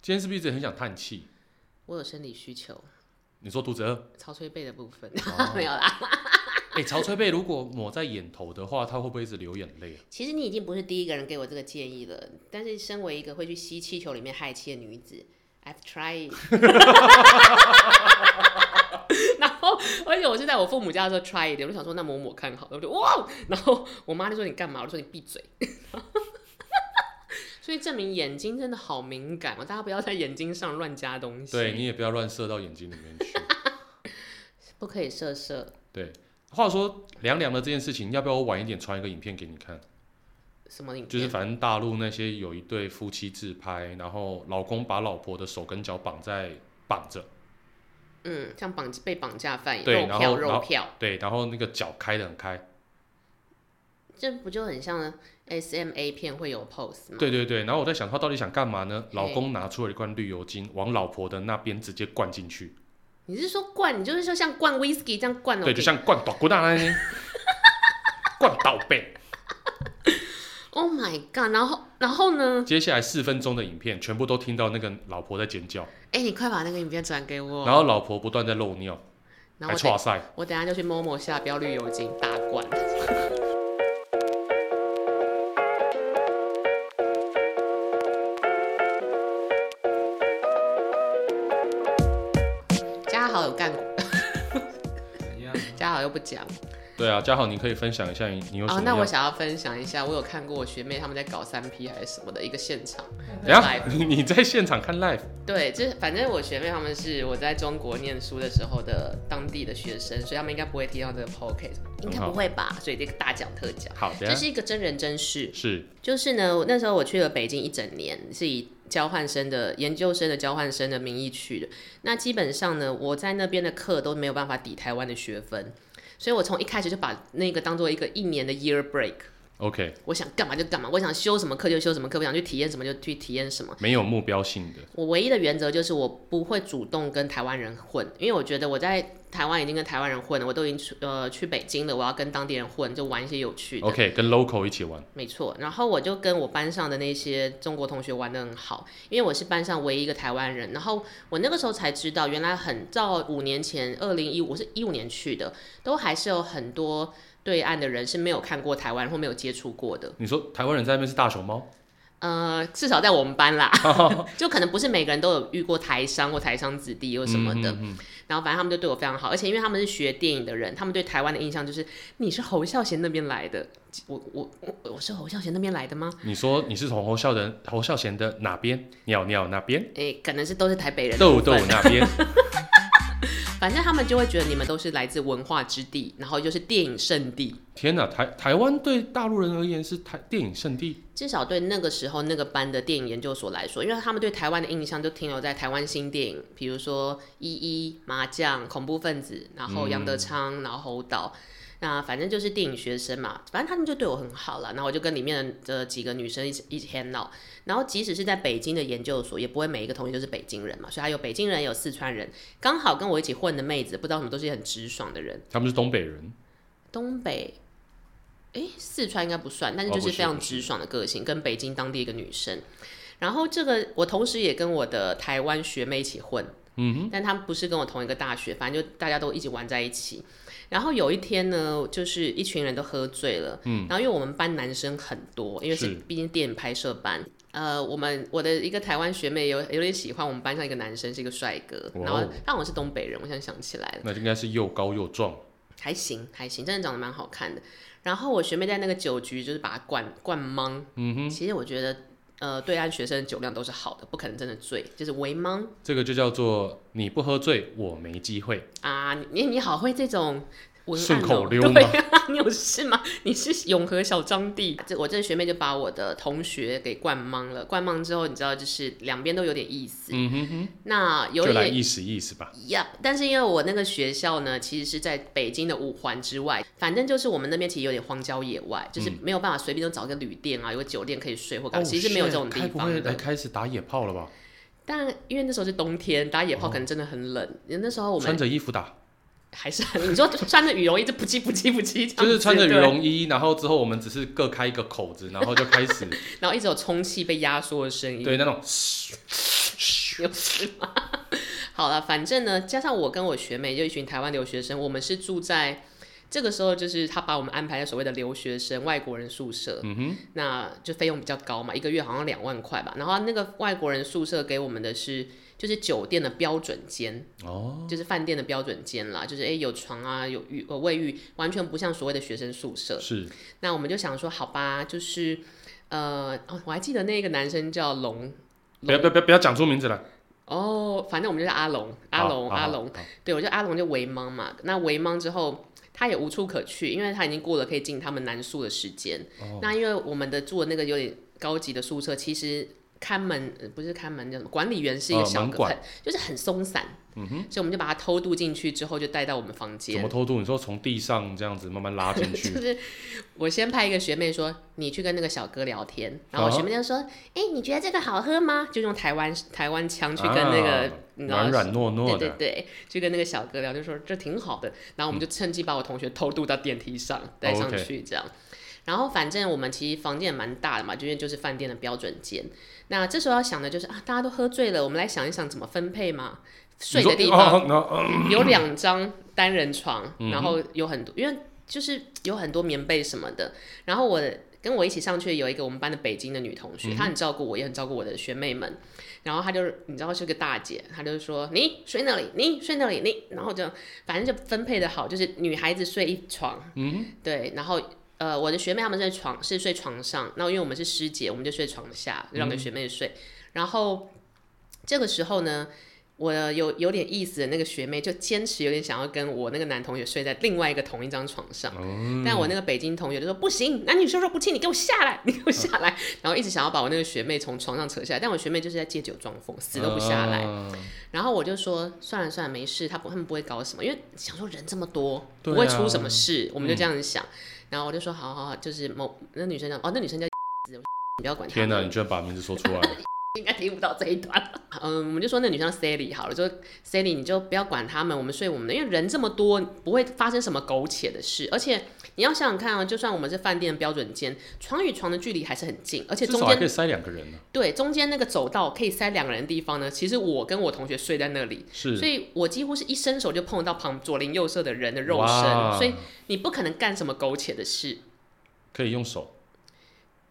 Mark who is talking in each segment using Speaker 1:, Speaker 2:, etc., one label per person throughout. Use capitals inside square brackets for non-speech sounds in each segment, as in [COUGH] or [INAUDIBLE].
Speaker 1: 今天是不是一直很想叹气？
Speaker 2: 我有生理需求，
Speaker 1: 你说肚子饿？
Speaker 2: 潮吹背的部分、
Speaker 1: 哦
Speaker 2: [LAUGHS] 没有啦。
Speaker 1: 哎、曹翠贝如果抹在眼头的话，她会不会一直流眼 [LAUGHS] 泪啊？
Speaker 2: 其实你已经不是第一个人给我这个建议了，但是身为一个会去吸气球里面氦气的女子，I've tried。然后，而且我是在我父母家的时候 try 一点，我就想说那抹抹看好了，我就哇，然后我妈就说你干嘛？我就说你闭嘴。 [LAUGHS] 所以证明眼睛真的好敏感哦，大家不要在眼睛上乱加东西，
Speaker 1: 对，你也不要乱射到眼睛里面去。
Speaker 2: 不可以射射。
Speaker 1: [LAUGHS] 对，话说凉凉的这件事情，要不要我晚一点传一个影片给你 [LAUGHS] 看？
Speaker 2: 什么影片？
Speaker 1: 就是反正大陆那些有一对夫妻自拍，然后老公把老婆的手跟脚绑在绑着，
Speaker 2: 嗯，像绑被绑架犯一
Speaker 1: 对
Speaker 2: 样，肉
Speaker 1: 然
Speaker 2: 票
Speaker 1: 后然
Speaker 2: 肉
Speaker 1: 后
Speaker 2: 票。
Speaker 1: 对，然后那个脚开得很开，
Speaker 2: 这不就很像 S M A 片会有 pose 吗？
Speaker 1: 对对对，然后我在想他到底想干嘛呢？
Speaker 2: 嘿
Speaker 1: 老公拿出了一罐绿油精，往老婆的那边直接灌进去，
Speaker 2: 你是说灌？你就是说像灌 whisky 这样灌哦？
Speaker 1: 对，就像灌倒骨那 [LAUGHS] 样，灌倒背。
Speaker 2: Oh my god！然后然后呢？
Speaker 1: 接下来四分钟的影片，全部都听到那个老婆在尖叫，
Speaker 2: 哎，你快把那个影片转给我。
Speaker 1: 然后老婆不断在漏尿，
Speaker 2: 哦然
Speaker 1: 还
Speaker 2: 后我
Speaker 1: 岔
Speaker 2: 等
Speaker 1: 赛。
Speaker 2: 我等一下就去摸摸下标绿油精大灌。 [LAUGHS] 嘉豪有干过，
Speaker 3: 怎样？啊
Speaker 2: [LAUGHS] 嘉豪又不讲。
Speaker 1: 对啊，嘉豪，你可以分享一下你你有什
Speaker 2: 哦
Speaker 1: 么，
Speaker 2: 那
Speaker 1: 样？
Speaker 2: 我想要分享一下，我有看过我学妹他们在搞三 P 还是什么的一个现场。
Speaker 1: 等一下 [LAUGHS] 你你在现场看 live，
Speaker 2: 对，就是反正我学妹他们是我在中国念书的时候的当地的学生，所以他们应该不会听到这个 podcast，应该不会吧？所以这个大讲特讲，
Speaker 1: 好
Speaker 2: 这
Speaker 1: 的，
Speaker 2: 是一个真人真事。
Speaker 1: 是
Speaker 2: 就是呢，我那时候我去了北京一整年，是以交换生的研究生的交换生的名义去的。那基本上呢，我在那边的课都没有办法抵台湾的学分，所以我从一开始就把那个当做一个一年的 year break。
Speaker 1: OK，
Speaker 2: 我想干嘛就干嘛，我想修什么课就修什么课，我想去体验什么就去体验什么。
Speaker 1: 没有目标性的，
Speaker 2: 我唯一的原则就是我不会主动跟台湾人混，因为我觉得我在台湾已经跟台湾人混了，我都已经出呃去北京了，我要跟当地人混，就玩一些有趣的。
Speaker 1: OK，跟 local 一起玩，
Speaker 2: 没错，然后我就跟我班上的那些中国同学玩得很好，因为我是班上唯一一个台湾人。然后我那个时候才知道，原来很早五年前，二零一五，我是一五年去的，都还是有很多对岸的人是没有看过台湾或没有接触过的。
Speaker 1: 你说台湾人在那边是大熊猫，
Speaker 2: 呃，至少在我们班啦， [LAUGHS] 就可能不是每个人都有遇过台商或台商子弟或什么的。
Speaker 1: 嗯嗯嗯
Speaker 2: 然后反正他们就对我非常好，而且因为他们是学电影的人，他们对台湾的印象就是你是侯孝贤那边来的，我我我我是侯孝贤那边来的吗？
Speaker 1: 你说你是从侯孝仁、侯孝贤的哪边？尿尿那边，
Speaker 2: 诶，可能是都是台北人的
Speaker 1: 豆
Speaker 2: 部
Speaker 1: 豆
Speaker 2: 分，
Speaker 1: 那
Speaker 2: [LAUGHS]
Speaker 1: 边，
Speaker 2: 反正他们就会觉得你们都是来自文化之地，然后就是电影圣地。
Speaker 1: 天哪，台台湾对大陆人而言是台电影圣地，
Speaker 2: 至少对那个时候那个班的电影研究所来说，因为他们对台湾的印象就停留在台湾新电影，比如说《一一》《麻将》《恐怖分子》，然后杨德昌，然后侯导。那反正就是电影学生嘛，反正他们就对我很好了。然后我就跟里面的几个女生一起一起 hang out。然后即使是在北京的研究所，也不会每一个同学都是北京人嘛，所以还有北京人，有四川人。刚好跟我一起混的妹子，不知道什么都是一些很直爽的人。
Speaker 1: 他们是东北人，
Speaker 2: 东北，哎，四川应该不算，但是
Speaker 1: 哦
Speaker 2: 就
Speaker 1: 不
Speaker 2: 是
Speaker 1: 是
Speaker 2: 非常
Speaker 1: 不是
Speaker 2: 直爽的个性，跟北京当地一个女生。然后这个我同时也跟我的台湾学妹一起混，
Speaker 1: 嗯哼，
Speaker 2: 但她们不是跟我同一个大学，反正就大家都一起玩在一起。然后有一天呢，就是一群人都喝醉了，嗯，然后因为我们班男生很多，因为是
Speaker 1: 是
Speaker 2: 毕竟电影拍摄班，呃，我们我的一个台湾学妹有有点喜欢我们班上一个男生，是一个帅哥，
Speaker 1: 哇哦
Speaker 2: 然后他好像是东北人，我现在想起来了。
Speaker 1: 那应该是又高又壮，
Speaker 2: 还行还行，真的长得蛮好看的。然后我学妹在那个酒局就是把她灌灌懵，
Speaker 1: 嗯哼，
Speaker 2: 其实我觉得呃对岸学生的酒量都是好的，不可能真的醉，就是微懵
Speaker 1: 这个就叫做你不喝醉，我没机会，
Speaker 2: 啊。你你好会这种文案、
Speaker 1: 顺
Speaker 2: 哦，
Speaker 1: 口
Speaker 2: [LAUGHS]
Speaker 1: 溜
Speaker 2: 对
Speaker 1: 吗？
Speaker 2: 啊，你有事吗？你是永和小张帝？这我这学妹就把我的同学给灌懵了，灌懵之后你知道就是两边都有点意思，
Speaker 1: 嗯哼哼，
Speaker 2: 那有
Speaker 1: 就来
Speaker 2: 点
Speaker 1: 意思意思吧。
Speaker 2: 一样，但是因为我那个学校呢，其实是在北京的五环之外，反正就是我们那边其实有点荒郊野外，就是
Speaker 1: 嗯
Speaker 2: 没有办法随便都找个旅店啊，有个酒店可以睡
Speaker 1: 哦
Speaker 2: 或干嘛，其实是没有这种地
Speaker 1: 该不会
Speaker 2: 方
Speaker 1: 来
Speaker 2: 的。
Speaker 1: 开始打野炮了吧？
Speaker 2: 但因为那时候是冬天，打野炮可能真的很冷。那时候我
Speaker 1: 穿
Speaker 2: 们
Speaker 1: 着衣服
Speaker 2: [LAUGHS]
Speaker 1: 打，
Speaker 2: 还是很，你说穿着羽绒衣就不叽不叽不叽，这样子
Speaker 1: 就是穿着羽，
Speaker 2: 对
Speaker 1: 绒衣，然后之后我们只是各开一个
Speaker 2: [LAUGHS]
Speaker 1: 口子，然后就开始
Speaker 2: 然后一直有充气被压缩的声音。
Speaker 1: 对那种，
Speaker 2: 有事吗？好了，反正呢，加上我跟我学妹就一群台湾留学生，我们是住在这个时候，就是他把我们安排在所谓的留学生外国人宿舍，
Speaker 1: 嗯哼，
Speaker 2: 那就费用比较高嘛，一个月好像两万块吧。然后那个外国人宿舍给我们的是就是酒店的标准间，
Speaker 1: 哦，
Speaker 2: 就是饭店的标准间啦，就是诶、有床啊，有浴呃卫浴，完全不像所谓的学生宿舍。
Speaker 1: 是，
Speaker 2: 那我们就想说，好吧，就是呃，哦我还记得那个男生叫龙
Speaker 1: 不要不要不要不要讲出名字来，
Speaker 2: 哦，反正我们就叫阿龙，阿
Speaker 1: 好
Speaker 2: 龙，阿，龙
Speaker 1: 好，好好
Speaker 2: 对我就阿龙就为盲嘛。那为盲之后，他也无处可去，因为他已经过了可以进他们男宿的时间。
Speaker 1: 哦
Speaker 2: 那因为我们的住的那个有点高级的宿舍，其实看门呃不是看门叫什么，管理员是一个
Speaker 1: 呃
Speaker 2: 小
Speaker 1: 门
Speaker 2: 个
Speaker 1: 管
Speaker 2: 很、就是很松散，
Speaker 1: 嗯哼，
Speaker 2: 所以我们就把他偷渡进去之后，就带到我们房
Speaker 1: 怎
Speaker 2: [LAUGHS]
Speaker 1: 么
Speaker 2: 间。
Speaker 1: 偷渡？你说从地上这样子慢慢拉进去，
Speaker 2: 就是我先派一个学妹说，你去跟那个小哥聊天，然后我
Speaker 1: 啊
Speaker 2: 学妹就说，哎、你觉得这个好喝吗？就用台湾台湾腔去跟那个、
Speaker 1: 啊
Speaker 2: [LAUGHS] 你知道
Speaker 1: 软软糯糯
Speaker 2: 对对
Speaker 1: 的，嗯
Speaker 2: 对，就跟那个小哥聊，就说这挺好的，然后我们就趁机把我同学偷渡到电梯上，带上
Speaker 1: OK
Speaker 2: 去这样。然后反正我们其实房间也蛮大的嘛，就是就是饭店的标准间。那这时候要想的就是啊，大家都喝醉了，我们来想一想怎么分配嘛。
Speaker 1: 你
Speaker 2: 睡
Speaker 1: 说
Speaker 2: 的地
Speaker 1: 哦
Speaker 2: 方
Speaker 1: [LAUGHS] 哦然后嗯
Speaker 2: 有两张单人床，
Speaker 1: 嗯哼
Speaker 2: 然后有很多，因为就是有很多棉被什么的。然后我跟我一起上去有一个我们班的北京的女同
Speaker 1: 嗯
Speaker 2: 学，
Speaker 1: 哼
Speaker 2: 她很照顾我，也很照顾我的学妹们。然后她就你知道是个大姐，她就说你睡那里，你睡那里，你，然后就反正就分配的好，就是女孩子睡一床，
Speaker 1: 嗯
Speaker 2: 对，然后。呃，我的学妹她们睡床是睡床上，那因为我们是师姐，我们就睡床下，就让给学妹睡。然后这个时候呢，我有有点意思的那个学妹就坚持有点想要跟我那个男同学睡在另外一个同一张床上， [LAUGHS]
Speaker 1: 嗯
Speaker 2: 但我那个北京同学就说不行，男女授受不亲，你给我下来， [LAUGHS] 你给我下来，然后一直想要把我那个学妹从床上扯下来，但我学妹就是在借酒装疯，死都不下来。
Speaker 1: 啊
Speaker 2: 然后我就说算了算了，没事，他不他们不会搞什么，因为想说人这么多，
Speaker 1: 对
Speaker 2: 不
Speaker 1: 啊嗯
Speaker 2: 会出什么事，我们就这样子想。然后我就说好好好，就是某那女生讲哦，那女生叫 [LAUGHS] 我说你不要管她。
Speaker 1: 天哪，你居然把名字说出来
Speaker 2: [LAUGHS]
Speaker 1: 了，
Speaker 2: 应该听不到这一
Speaker 1: [LAUGHS]
Speaker 2: 段。嗯，我们就说那女生叫 Sally 好了，就 Sally 你就不要管他们，我们睡我们的，因为人这么多，不会发生什么苟且的事。而且你要想想看啊，就算我们是饭店的标准间，床与床的距离还是很近，而且
Speaker 1: 至
Speaker 2: 中
Speaker 1: 少还可
Speaker 2: 间
Speaker 1: 以塞两个人呢，
Speaker 2: 对中间那个走道可以塞两个人的地方呢，其实我跟我同学睡在那里，所
Speaker 1: 是
Speaker 2: 以我几乎是一伸手就碰到旁左邻右舍的人的肉身，
Speaker 1: 哇
Speaker 2: 所以你不可能干什么苟且的事。
Speaker 1: 可以用手，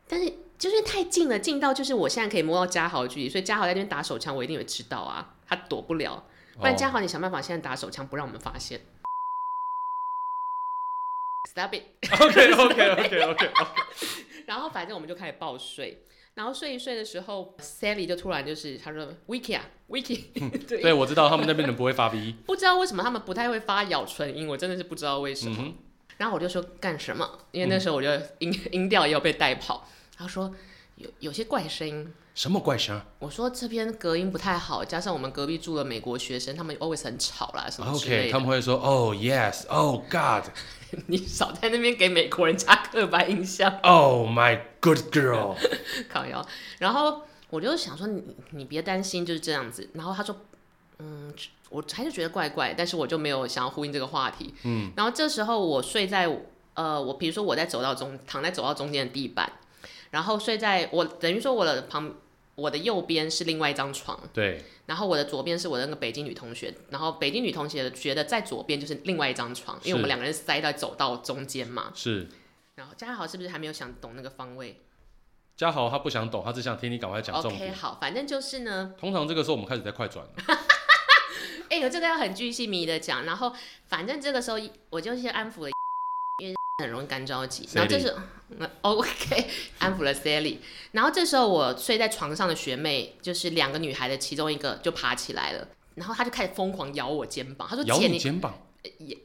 Speaker 2: 但是就是太近了，近到就是我现在可以摸到嘉豪的距离，所以嘉豪在那边打手枪，我一定会知道啊，他躲不了。不然
Speaker 1: 哦
Speaker 2: 嘉豪，你想办法现在打手枪，不让我们发现。Stop it！
Speaker 1: OK OK OK
Speaker 2: [LAUGHS]
Speaker 1: OK，
Speaker 2: 然后反正我们就开始爆睡，然后睡一睡的时候，Sally 就突然就是他说 Wiki 啊 Wiki，对
Speaker 1: 对，我知道他们那边人不会发 [LAUGHS] B，
Speaker 2: 不知道为什么他们不太会发咬唇音，我真的是不知道为什么。
Speaker 1: 嗯哼，
Speaker 2: 然后我就说干什么？因为那时候我就 [LAUGHS] 音、音调也有被带跑。他说有有些怪声音。
Speaker 1: 什么怪声
Speaker 2: 我说这边隔音不太好，加上我们隔壁住的美国学生，他们 always 很吵啦，什么之类
Speaker 1: ？OK，
Speaker 2: 的。
Speaker 1: 他们会说哦 Yes，Oh God，Oh
Speaker 2: [LAUGHS] 你少在那边给美国人加刻板印象，
Speaker 1: Oh my good girl， [LAUGHS]
Speaker 2: [LAUGHS] 靠腰。然后我就想说你你别担心，就是这样子。然后他说嗯，我还是觉得怪怪，但是我就没有想要呼应这个话题。
Speaker 1: 嗯，
Speaker 2: 然后这时候我睡在呃，我比如说我在走到中躺在走到中间的地板，然后睡在我等于说我的旁我的右边是另外一张床，
Speaker 1: 对，
Speaker 2: 然后我的左边是我的那个北京女同学，然后北京女同学觉得在左边就是另外一张床，因为我们
Speaker 1: 是
Speaker 2: 两个人塞到走到中间嘛。
Speaker 1: 是
Speaker 2: 然后嘉豪是不是还没有想懂那个方位
Speaker 1: 嘉豪他不想懂，他只想听你赶快讲重
Speaker 2: ？OK，
Speaker 1: 点。
Speaker 2: 好，反正就是呢，
Speaker 1: 通常这个时候我们开始在快转了，
Speaker 2: 哎、我这个要很巨细靡的讲，然后反正这个时候我就先安抚了，因为很容易干着急。然后这
Speaker 1: Sally
Speaker 2: 是嗯 OK，安抚了 Sally。然后这时候我睡在床上的学妹，就是两个女孩的其中一个就爬起来了，然后她就开始疯狂摇我肩膀，她说：“
Speaker 1: 摇
Speaker 2: 姐，
Speaker 1: 你
Speaker 2: 你
Speaker 1: 肩膀。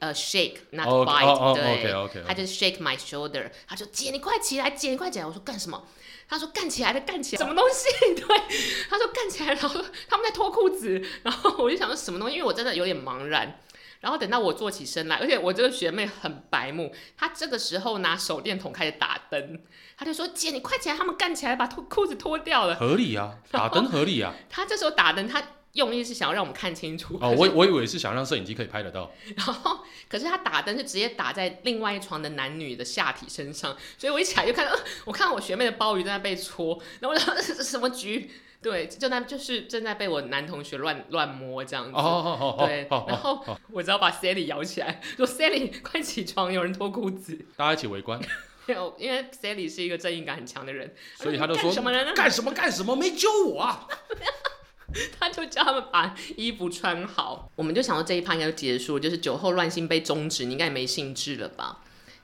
Speaker 2: 呃 shake not
Speaker 1: 哦
Speaker 2: bite，、
Speaker 1: 哦哦
Speaker 2: 对
Speaker 1: OK，OK，OK
Speaker 2: 他就 shake my shoulder，他说姐你快起来，姐你快起来，我说干什么？他说干起来的干起来，什么东西？ [LAUGHS] 对，他说干起来，然后他们在脱裤子，然后我就想说什么东西，因为我真的有点茫然。然后等到我坐起身来，而且我这个学妹很白目，她这个时候拿手电筒开始打灯，她就说姐你快起来，他们干起来，把脱裤子脱掉了。
Speaker 1: 合理
Speaker 2: [LAUGHS]
Speaker 1: 啊，打灯合理啊。
Speaker 2: 她这时候打灯，她用意是想要让我们看清楚。
Speaker 1: 哦，我我以为是想让摄影机可以拍得
Speaker 2: [LAUGHS]
Speaker 1: 到，
Speaker 2: 然后，可是他打灯是直接打在另外一床的男女的下体 [LAUGHS] 身上，所以我一起来就看到，呃我看到我学妹的鲍鱼在那被搓，然后我想这是什么局？对，就那就是正在被我男同学乱乱摸这样子。
Speaker 1: 哦哦哦
Speaker 2: 对，
Speaker 1: 哦
Speaker 2: 然后我只要把 Sally 摇起来，说 Sally 快起床，有人脱裤子。
Speaker 1: 大家一起围观，
Speaker 2: 没有，因为 Sally 是一个正义感很强的人，
Speaker 1: 所以他就说
Speaker 2: 干什么人
Speaker 1: [LAUGHS]
Speaker 2: 呢？
Speaker 1: 干什么干什么，没揪我啊！
Speaker 2: [LAUGHS] 他就叫他们把衣服穿好。我们就想到这一趴应该就结束了，就是酒后乱性被终止，你应该也没兴致了吧？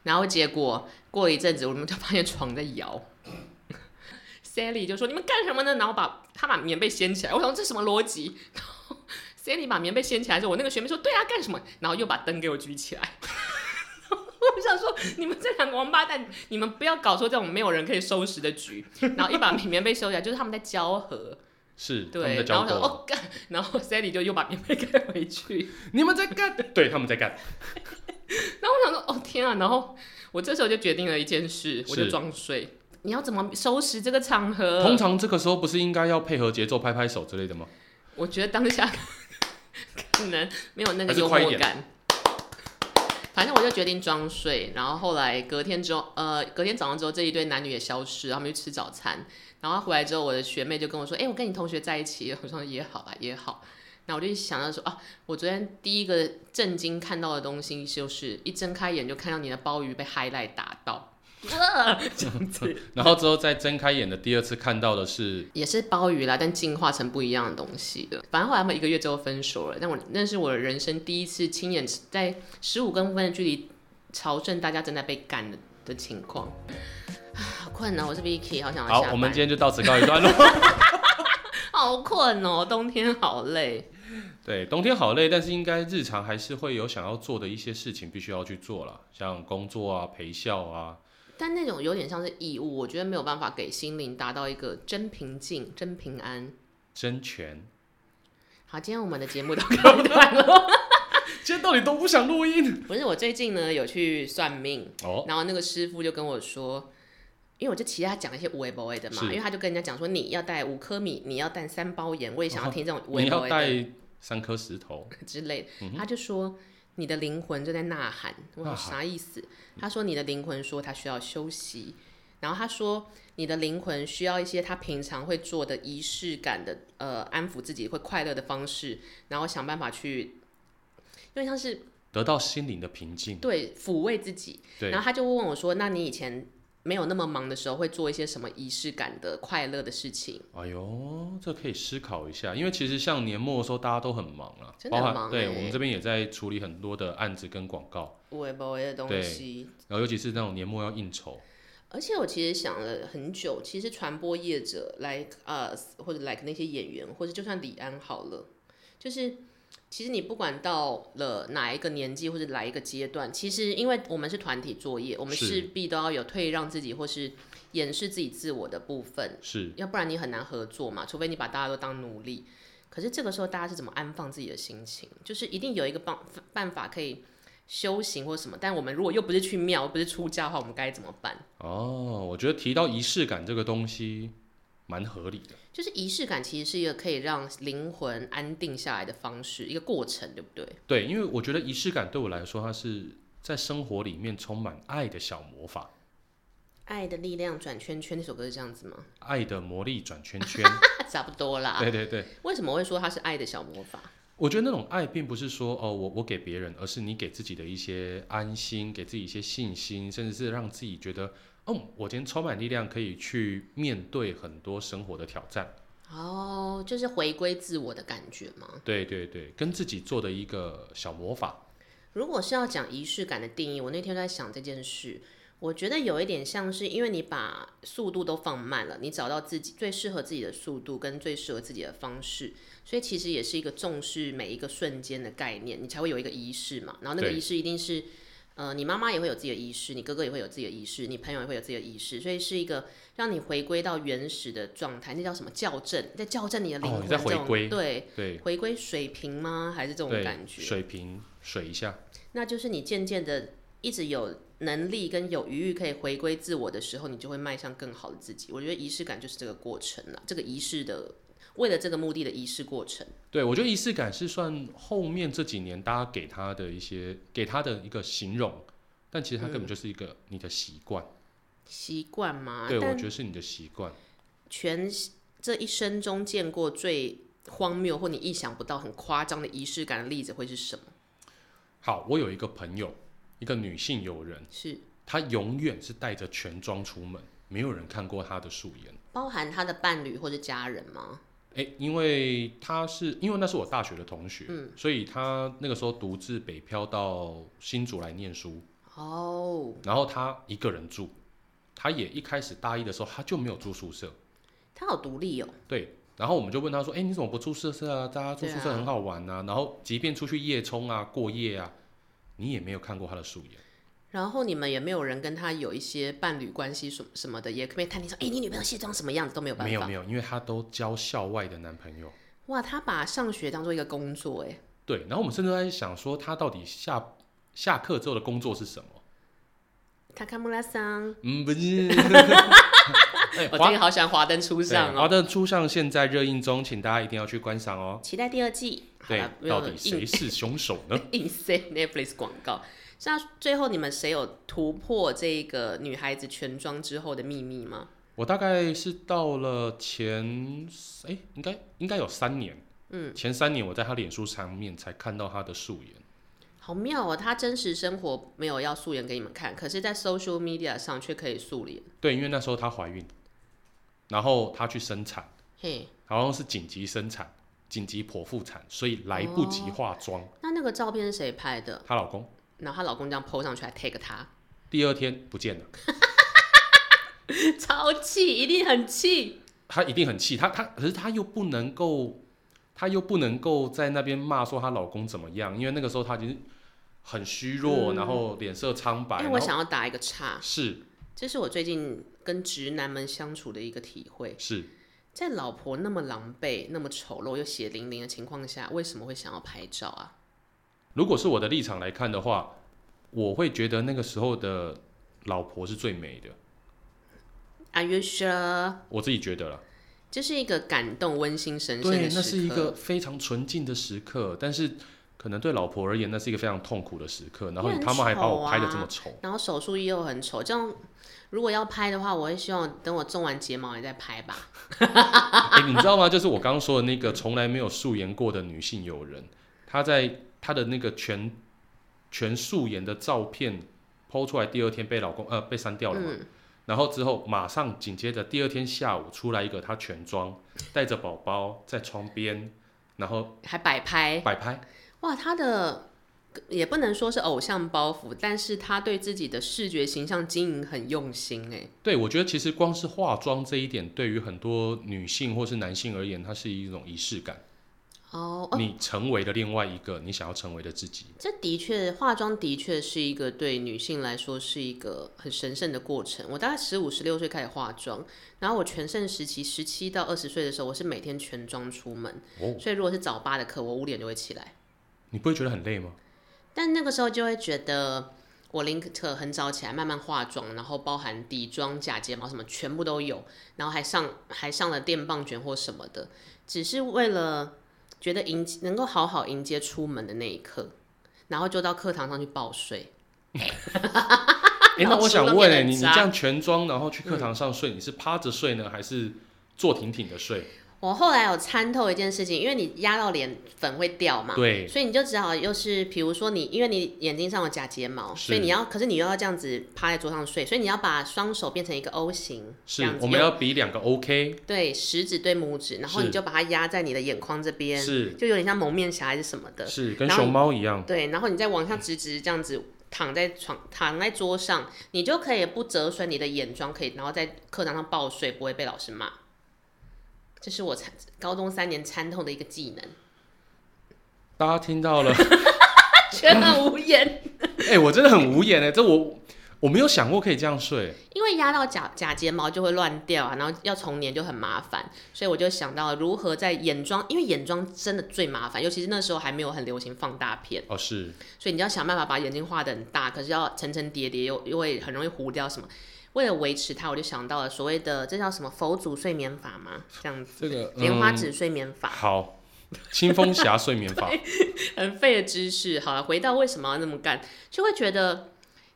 Speaker 2: 然后结果过了一阵子，我们就发现床在摇。Sally 就说：“你们干什么呢？”然后把他把棉被掀起来，我想说这什么逻辑？ [LAUGHS] 然后 Sally 把棉被掀起来之后，我那个学妹说：“对啊，干什么？”然后又把灯给我举起来。 [LAUGHS] 我想说，你们这两个王八蛋，你们不要搞出这种没有人可以收拾的局。然后一把棉被收起来，就是他们在交合。
Speaker 1: 是他们
Speaker 2: 对，
Speaker 1: 在
Speaker 2: 然
Speaker 1: 交
Speaker 2: 后想
Speaker 1: 狗，
Speaker 2: 哦干，然后 Sally 就又把棉被盖回去，
Speaker 1: 你们在干， [LAUGHS] 对，他们在干，
Speaker 2: 然后我想说哦天啊，然后我这时候就决定了一件事，我就是装睡。你要怎么收拾这个场合？
Speaker 1: 通常这个时候不是应该要配合节奏拍拍手之类的吗？
Speaker 2: 我觉得当下 [LAUGHS] 可能没有那个
Speaker 1: 还是
Speaker 2: 幽
Speaker 1: 快一
Speaker 2: 默
Speaker 1: 点
Speaker 2: 感。反正我就决定装睡，然后后来隔天之后，呃，隔天早上之后，这一对男女也消失，他们去吃早餐。然后回来之后，我的学妹就跟我说：“哎、我跟你同学在一起。”我说：“也好吧，啊也好。”那我就想到说啊，我昨天第一个震惊看到的东西就是一睁开眼就看到你的鲍鱼被 highlight 打到，啊 [LAUGHS] 这样子
Speaker 1: 然后之后再睁开眼的第二次看到的是，
Speaker 2: 也是鲍鱼啦，但进化成不一样的东西的。反正后来他们一个月之后分手了，但我那是我人生第一次亲眼在十五公分的距离朝圣大家正在被干的的情况。啊好困哦，我是 Vicky，好想要
Speaker 1: 好
Speaker 2: 下，班。
Speaker 1: 我们今天就到此告一段落。 [LAUGHS]
Speaker 2: 好困哦，冬天好累。
Speaker 1: 对，冬天好累，但是应该日常还是会有想要做的一些事情，必须要去做啦，像工作啊、陪笑啊，
Speaker 2: 但那种有点像是义务，我觉得没有办法给心灵达到一个真平静、真平安。
Speaker 1: 争权。
Speaker 2: 好，今天我们的节目到这里 [LAUGHS] 段了。
Speaker 1: 今天到底都不想录音
Speaker 2: 不是，我最近呢有去算命，
Speaker 1: 哦，
Speaker 2: 然后那个师傅就跟我说，因为我就其他讲一些无为不为的嘛，
Speaker 1: 是
Speaker 2: 因为他就跟人家讲说你要带五颗米，你要带三包盐，我也想要听这种无
Speaker 1: 哦你
Speaker 2: 为不
Speaker 1: 要
Speaker 2: 为的
Speaker 1: 带嗯三颗石头，
Speaker 2: 之类的。他就说你的灵魂就在呐喊，我说
Speaker 1: 呐喊
Speaker 2: 啥意思？
Speaker 1: 嗯
Speaker 2: 他说你的灵魂说他需要休息，然后他说你的灵魂需要一些他平常会做的仪式感的呃安抚自己会快乐的方式，然后想办法去。因为像是
Speaker 1: 得到心灵的平静。
Speaker 2: 对抚慰自己，
Speaker 1: 对
Speaker 2: 然，后他就问我说：“那你以前没有那么忙的时候，会做一些什么仪式感的快乐的事情
Speaker 1: 哎呦，这可以思考一下，因为其实像年末的时候，大家都很忙啊，
Speaker 2: 真的
Speaker 1: 包含
Speaker 2: 很忙
Speaker 1: 对
Speaker 2: 欸
Speaker 1: 我们这边也在处理很多的案子跟广告，？”
Speaker 2: 无为不为的东
Speaker 1: 对
Speaker 2: 西。
Speaker 1: 然后尤其是那种年末要应酬，
Speaker 2: 而且我其实想了很久，其实传播业者，like us，或者 like 那些演员，或者就算李安好了，就是其实你不管到了哪一个年纪或者哪一个阶段，其实因为我们是团体作业，我们
Speaker 1: 是
Speaker 2: 势必都要有退让自己或是掩饰自己自我的部分。
Speaker 1: 是
Speaker 2: 要不然你很难合作嘛，除非你把大家都当奴隶。可是这个时候，大家是怎么安放自己的心情？就是一定有一个办办法可以修行或什么。但我们如果又不是去庙，不是出家的话，我们该怎么办？
Speaker 1: 哦，我觉得提到仪式感这个东西，蛮合理的。
Speaker 2: 就是仪式感其实是一个可以让灵魂安定下来的方式，一个过程，对不对？
Speaker 1: 对，因为我觉得仪式感对我来说，它是在生活里面充满爱的小魔法，
Speaker 2: 爱的力量转圈圈那首歌是这样子吗？ [LAUGHS]
Speaker 1: 爱的魔力转圈圈。
Speaker 2: 差不多啦。
Speaker 1: 对对对，
Speaker 2: 为什么会说它是爱的小魔法？
Speaker 1: 我觉得那种爱并不是说哦，我我给别人，而是你给自己的一些安心，给自己一些信心，甚至是让自己觉得，嗯，我今天充满力量，可以去面对很多生活的挑战。
Speaker 2: 哦，就是回归自我的感觉吗？
Speaker 1: 对对对，跟自己做的一个小魔法。
Speaker 2: 如果是要讲仪式感的定义，我那天在想这件事，我觉得有一点像是，因为你把速度都放慢了，你找到自己最适合自己的速度跟最适合自己的方式，所以其实也是一个重视每一个瞬间的概念，你才会有一个仪式嘛。然后那个
Speaker 1: 对
Speaker 2: 仪式一定是，呃，你妈妈也会有自己的仪式，你哥哥也会有自己的仪式，你朋友也会有自己的仪式，所以是一个让你回归到原始的状态，那叫什么校正？在校正你的灵
Speaker 1: 哦
Speaker 2: 魂
Speaker 1: 你
Speaker 2: 这
Speaker 1: 在
Speaker 2: 种、
Speaker 1: 回归
Speaker 2: 对
Speaker 1: 对
Speaker 2: 回归水平吗？还是这种
Speaker 1: 对
Speaker 2: 感，觉？
Speaker 1: 水平水一下。
Speaker 2: 那就是你渐渐的一直有能力跟有余裕可以回归自我的时候，你就会迈向更好的自己。我觉得仪式感就是这个过程啦，这个仪式的为了这个目的的仪式过程。
Speaker 1: 对，我觉得仪式感是算后面这几年大家给他的一些给他的一个形容，但其实它
Speaker 2: 嗯
Speaker 1: 根本就是一个你的习惯。
Speaker 2: 习惯嘛，
Speaker 1: 对，我
Speaker 2: 啊但
Speaker 1: 觉得是你的习惯。
Speaker 2: 全这一生中见过最荒谬或你意想不到、很夸张的仪式感的例子会是什么？
Speaker 1: 好，我有一个朋友，一个女性友人，
Speaker 2: 是
Speaker 1: 她永远是带着全妆出门，没有人看过她的素颜。
Speaker 2: 包含他的伴侣或者家人吗？
Speaker 1: 诶，因为她是因为那是我大学的同学，
Speaker 2: 嗯
Speaker 1: 所以她那个时候独自北漂到新竹来念书，
Speaker 2: 哦，
Speaker 1: 然后她一个人住，她也一开始大一的时候她就没有住宿舍，
Speaker 2: 他好独立哦，
Speaker 1: 对。然后我们就问她说：“诶，你怎么不住宿舍啊？大家住
Speaker 2: 对
Speaker 1: 宿舍
Speaker 2: 啊
Speaker 1: 很好玩啊。然后即便出去夜冲啊、过夜啊，你也没有看过她的素颜。
Speaker 2: 然后你们也没有人跟他有一些伴侣关系什么什么的，也可以探听说，哎、你女朋友卸妆什么样子都没有办法。
Speaker 1: 没有没有，因为她都交校外的男朋友。
Speaker 2: 哇，他把上学当做一个工作，哎，
Speaker 1: 对，然后我们甚至在想说，她到底下下课之后的工作是什么？
Speaker 2: 卡卡穆拉桑，
Speaker 1: 嗯，不
Speaker 2: [LAUGHS]
Speaker 1: 是。哎，
Speaker 2: 我
Speaker 1: 华
Speaker 2: 最近好喜欢《华灯初上
Speaker 1: 对》
Speaker 2: 哦，
Speaker 1: 华灯初上现在热映中，请大家一定要去观赏哦。
Speaker 2: 期待第二季。好
Speaker 1: 对
Speaker 2: 了，，没
Speaker 1: 到
Speaker 2: 有
Speaker 1: 底
Speaker 2: 硬
Speaker 1: 谁嗯是凶手呢？
Speaker 2: [LAUGHS] 硬塞 Netflix 广告。那最后你们谁有突破这个女孩子全妆之后的秘密吗？
Speaker 1: 我大概是到了前，哎，应该应该有三年，
Speaker 2: 嗯，
Speaker 1: 前三年我在她脸书上面才看到她的素颜。
Speaker 2: 好妙哦，她真实生活没有要素颜给你们看，可是，在 social media 上却可以素颜。
Speaker 1: 对，因为那时候她怀孕，然后她去生产。
Speaker 2: 嘿，
Speaker 1: 好像是紧急生产、紧急剖腹产，所以来不及化妆。
Speaker 2: 那那个照片是谁拍的？
Speaker 1: 她、老公
Speaker 2: 然后她老公这样 PO 上去还 tag 她， [LAUGHS]
Speaker 1: 第二天不见了，
Speaker 2: 超气，一定很气。
Speaker 1: 她一定很气。她她可是她又不能够，她又不能够在那边骂说她老公怎么样，因为那个时候她已经很虚弱，
Speaker 2: 嗯
Speaker 1: 然后脸色苍白。
Speaker 2: 因为
Speaker 1: 然
Speaker 2: 哎我
Speaker 1: 后
Speaker 2: 想要打一个岔，
Speaker 1: 是
Speaker 2: 这是我最近跟直男们相处的一个体会。
Speaker 1: 是，
Speaker 2: 在老婆那么狼狈、那么丑陋又血淋淋的情况下，为什么会想要拍照啊？
Speaker 1: 如果是我的立场来看的话，我会觉得那个时候的老婆是最美的，
Speaker 2: Are you sure？
Speaker 1: 我自己觉得啦。
Speaker 2: 这是一个感动、温馨、神圣的
Speaker 1: 对
Speaker 2: 时，刻。
Speaker 1: 那是一个非常纯净的时刻，但是可能对老婆而言，那是一个非常痛苦的时刻。然后
Speaker 2: 因为
Speaker 1: 他们还把
Speaker 2: 很
Speaker 1: 我
Speaker 2: 丑
Speaker 1: 拍的这
Speaker 2: 啊
Speaker 1: 么丑，
Speaker 2: 然后手术衣又很丑，这样如果要拍的话，我会希望等我种完睫毛也再拍吧。
Speaker 1: 哎、你知道吗？就是我刚刚说的那个从来没有素颜过的女性友人，她在她的那个全全素颜的照片抛出来，第二天被老公呃被删掉了嘛。
Speaker 2: 嗯，
Speaker 1: 然后之后马上紧接着第二天下午出来一个她全妆，带着宝宝在窗边，然后
Speaker 2: 还摆拍，
Speaker 1: 摆拍。
Speaker 2: 哇，他的也不能说是偶像包袱，但是他对自己的视觉形象经营很用心哎。
Speaker 1: 对，我觉得其实光是化妆这一点，对于很多女性或是男性而言，它是一种仪式感。
Speaker 2: 哦，哦
Speaker 1: 你成为了另外一个你想要成为的自己。
Speaker 2: 这的确，化妆的确是一个对女性来说是一个很神圣的过程。我大概十五、十六岁开始化妆，然后我全盛时期，十七到二十岁的时候，我是每天全妆出门，
Speaker 1: 哦，
Speaker 2: 所以如果是早八的课，我五点就会起来。
Speaker 1: 你不会觉得很累吗？
Speaker 2: 但那个时候就会觉得，我宁可很早起来慢慢化妆，然后包含底妆、假睫毛什么全部都有，然后还上还上了电棒卷或什么的，只是为了觉得迎能够好好迎接出门的那一刻，然后就到课堂上去报税。
Speaker 1: 哎，那
Speaker 2: 老
Speaker 1: 我
Speaker 2: 师
Speaker 1: 想
Speaker 2: 都
Speaker 1: 问、
Speaker 2: 变
Speaker 1: 欸，
Speaker 2: 得
Speaker 1: 你你
Speaker 2: 渣
Speaker 1: 这样全妆然后去
Speaker 2: 嗯
Speaker 1: 课堂上睡，你是趴着睡呢，还是坐挺挺的睡？
Speaker 2: 我后来有参透一件事情，因为你压到脸粉会掉嘛，
Speaker 1: 对，
Speaker 2: 所以你就只好又是，比如说你，因为你眼睛上有假睫毛，
Speaker 1: 是
Speaker 2: 所以你要，可是你又要这样子趴在桌上睡，所以你要把双手变成一个 O 型，这
Speaker 1: 是
Speaker 2: 样子
Speaker 1: 我们
Speaker 2: 用
Speaker 1: 要比两个 OK，
Speaker 2: 对食指对拇指，然后
Speaker 1: 是
Speaker 2: 你就把它压在你的眼眶这边，
Speaker 1: 是
Speaker 2: 就有点像蒙面侠还是什么的，
Speaker 1: 是跟
Speaker 2: 然后
Speaker 1: 熊猫一样。
Speaker 2: 对，然后你再往下直直这样子躺在床躺在桌上，你就可以不折损你的眼妆，可以然后在课堂上报睡，不会被老师骂。这是我参高中三年参透的一个技能，
Speaker 1: 大家听到了，
Speaker 2: 觉得很无言，
Speaker 1: 哎、我真的很无言哎、这我我没有想过可以这样睡。
Speaker 2: 因为压到假假睫毛就会乱掉啊，然后要重粘就很麻烦，所以我就想到如何在眼妆，因为眼妆真的最麻烦，尤其是那时候还没有很流行放大片。
Speaker 1: 哦，是
Speaker 2: 所以你要想办法把眼睛画得很大，可是要层层叠叠，又又会很容易糊掉什么。为了维持它，我就想到了所谓的这叫什么佛祖睡眠法吗？这样子，
Speaker 1: 这个
Speaker 2: 莲花
Speaker 1: 嗯
Speaker 2: 指睡眠法，
Speaker 1: 好，清风侠
Speaker 2: [LAUGHS]
Speaker 1: 睡眠法
Speaker 2: 很废的知识。好了，回到为什么要那么干，就会觉得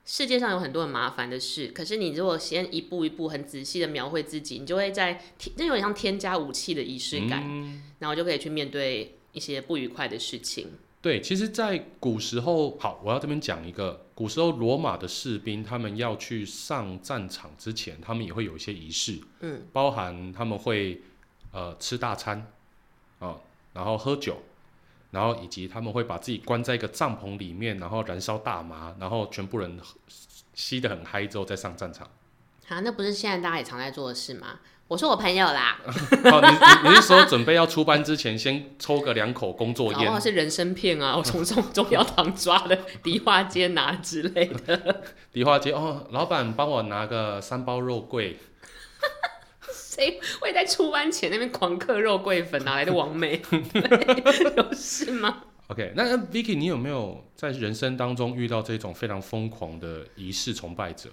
Speaker 2: 世界上有很多很麻烦的事，可是你如果先一步一步很仔细的描绘自己，你就会在添那有点像添加武器的仪式感，
Speaker 1: 嗯，
Speaker 2: 然后就可以去面对一些不愉快的事情。
Speaker 1: 对，其实，在古时候，好，我要这边讲一个，古时候罗马的士兵，他们要去上战场之前，他们也会有一些仪式，
Speaker 2: 嗯，
Speaker 1: 包含他们会呃吃大餐，啊、然后喝酒，然后以及他们会把自己关在一个帐篷里面，然后燃烧大麻，然后全部人喝吸得很嗨之后再上战场。
Speaker 2: 啊，那不是现在大家也常在做的事吗？我说我朋友啦，
Speaker 1: 好，你你你是说准备要出班之前先抽个两口工作
Speaker 2: 然后
Speaker 1: 烟？
Speaker 2: 是人参片啊，我从中中药堂抓的，迪化街拿啊之类的。
Speaker 1: 梨花街哦，老板帮我拿个三包肉桂。
Speaker 2: 谁会在出湾前那边狂嗑肉桂粉？啊哪来的王美？对有事吗？
Speaker 1: OK，那那 Vicky，你有没有在人生当中遇到这种非常疯狂的仪式崇拜者？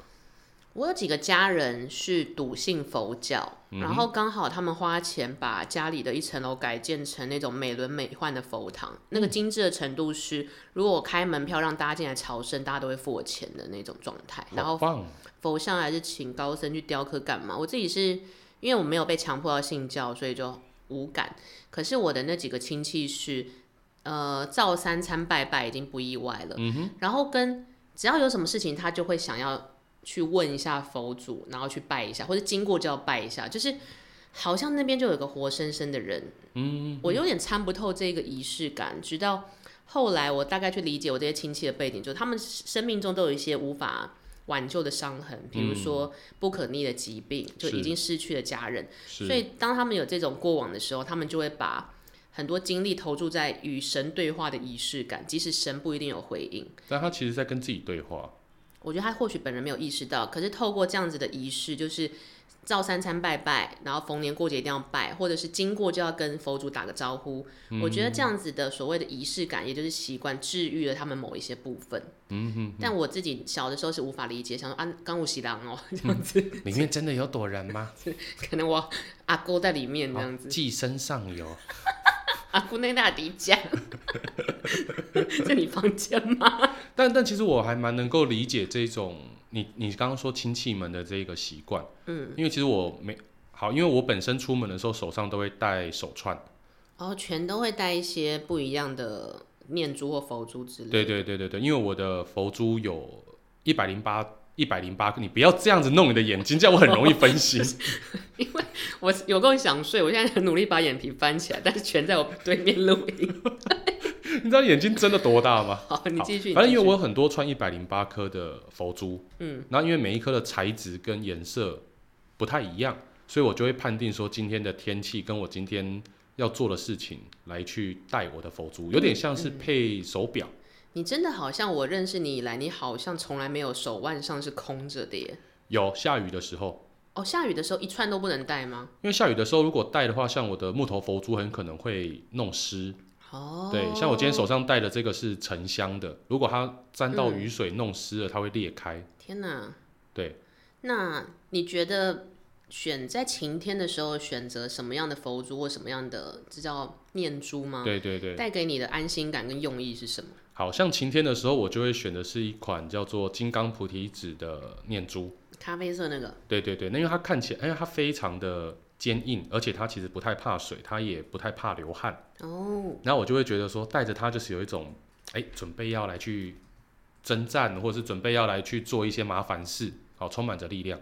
Speaker 2: 我有几个家人是笃信佛教，然后刚好他们花钱把家里的一层楼改建成那种美轮美奂的佛堂，那个精致的程度是，如果我开门票让大家进来朝圣，大家都会付我钱的那种状态。然
Speaker 1: 好
Speaker 2: 后
Speaker 1: 棒，
Speaker 2: 佛像还是请高僧去雕刻干嘛？我自己是因为我没有被强迫要信教，所以就无感。可是我的那几个亲戚是，呃，照三餐拜拜已经不意外了。
Speaker 1: 嗯哼，
Speaker 2: 然后跟只要有什么事情，他就会想要去问一下佛祖，然后去拜一下，或者经过就要拜一下，就是好像那边就有个活生生的人，
Speaker 1: 嗯，
Speaker 2: 我有点参不透这个仪式感，直到后来我大概去理解我这些亲戚的背景，就是他们生命中都有一些无法挽救的伤痕，比
Speaker 1: 嗯
Speaker 2: 如说不可逆的疾病，就是已经失去了家人，所
Speaker 1: 是
Speaker 2: 以当他们有这种过往的时候，他们就会把。很多精力投注在与神对话的仪式感，即使神不一定有回应，
Speaker 1: 但他其实在跟自己对话，
Speaker 2: 我觉得他或许本人没有意识到，可是透过这样子的仪式，就是照三餐拜拜，然后逢年过节一定要拜，或者是经过就要跟佛祖打个招呼。
Speaker 1: 嗯
Speaker 2: 我觉得这样子的所谓的仪式感，也就是习惯，治愈了他们某一些部分。
Speaker 1: 嗯哼，
Speaker 2: 但我自己小的时候是无法理解，想说啊，刚武喜郎哦，这
Speaker 1: 嗯
Speaker 2: 样子，
Speaker 1: 里面真的有躲人吗？
Speaker 2: [LAUGHS] 可能我阿姑在里面这样子
Speaker 1: 哦，寄生上游，
Speaker 2: 阿姑内大迪 [LAUGHS] 迦，在你房间吗？
Speaker 1: 但但其实我还蛮能够理解这种你你刚刚说亲戚们的这个习惯，
Speaker 2: 嗯，
Speaker 1: 因为其实我没好，因为我本身出门的时候手上都会戴手串，
Speaker 2: 然后哦全都会带一些不一样的念珠或佛珠之类的。
Speaker 1: 对对对对对，因为我的佛珠有一百零八一百零八个，你不要这样子弄你的眼睛，这样我很容易分心。
Speaker 2: 我有够想睡，我现在很努力把眼皮翻起来，但是全在我对面录音。
Speaker 1: [LAUGHS] 你知道眼睛真的多大吗？
Speaker 2: 好，你继续。
Speaker 1: 反正因为我
Speaker 2: 我
Speaker 1: 有很多串一百零八颗的佛珠，
Speaker 2: 嗯，
Speaker 1: 然后因为每一颗的材质跟颜色不太一样，所以我就会判定说今天的天气跟我今天要做的事情来去戴我的佛
Speaker 2: 嗯
Speaker 1: 珠，有点像是配手表。
Speaker 2: 你真的好像我认识你以来，你好像从来没有手腕上是空着的耶。
Speaker 1: 有下雨的时候，
Speaker 2: 哦，下雨的时候一串都不能戴吗？
Speaker 1: 因为下雨的时候如果戴的话，像我的木头佛珠很可能会弄湿。
Speaker 2: 哦，
Speaker 1: 对，像我今天手上戴的这个是沉香的，如果它沾到
Speaker 2: 嗯
Speaker 1: 雨水弄湿了，它会裂开。
Speaker 2: 哦天哪！
Speaker 1: 对，
Speaker 2: 那你觉得选在晴天的时候选择什么样的佛珠或什么样的，这叫念珠吗？
Speaker 1: 对对对。
Speaker 2: 带给你的安心感跟用意是什么？
Speaker 1: 好像晴天的时候，我就会选的是一款叫做金刚菩提子的念珠。
Speaker 2: 咖啡色那个，
Speaker 1: 对对对，那因为它看起来，哎因为它非常的坚硬，而且它其实不太怕水，它也不太怕流汗。
Speaker 2: 哦，
Speaker 1: 然后我就会觉得说，带着它就是有一种，哎，准备要来去征战，或者是准备要来去做一些麻烦事，好，充满着力量。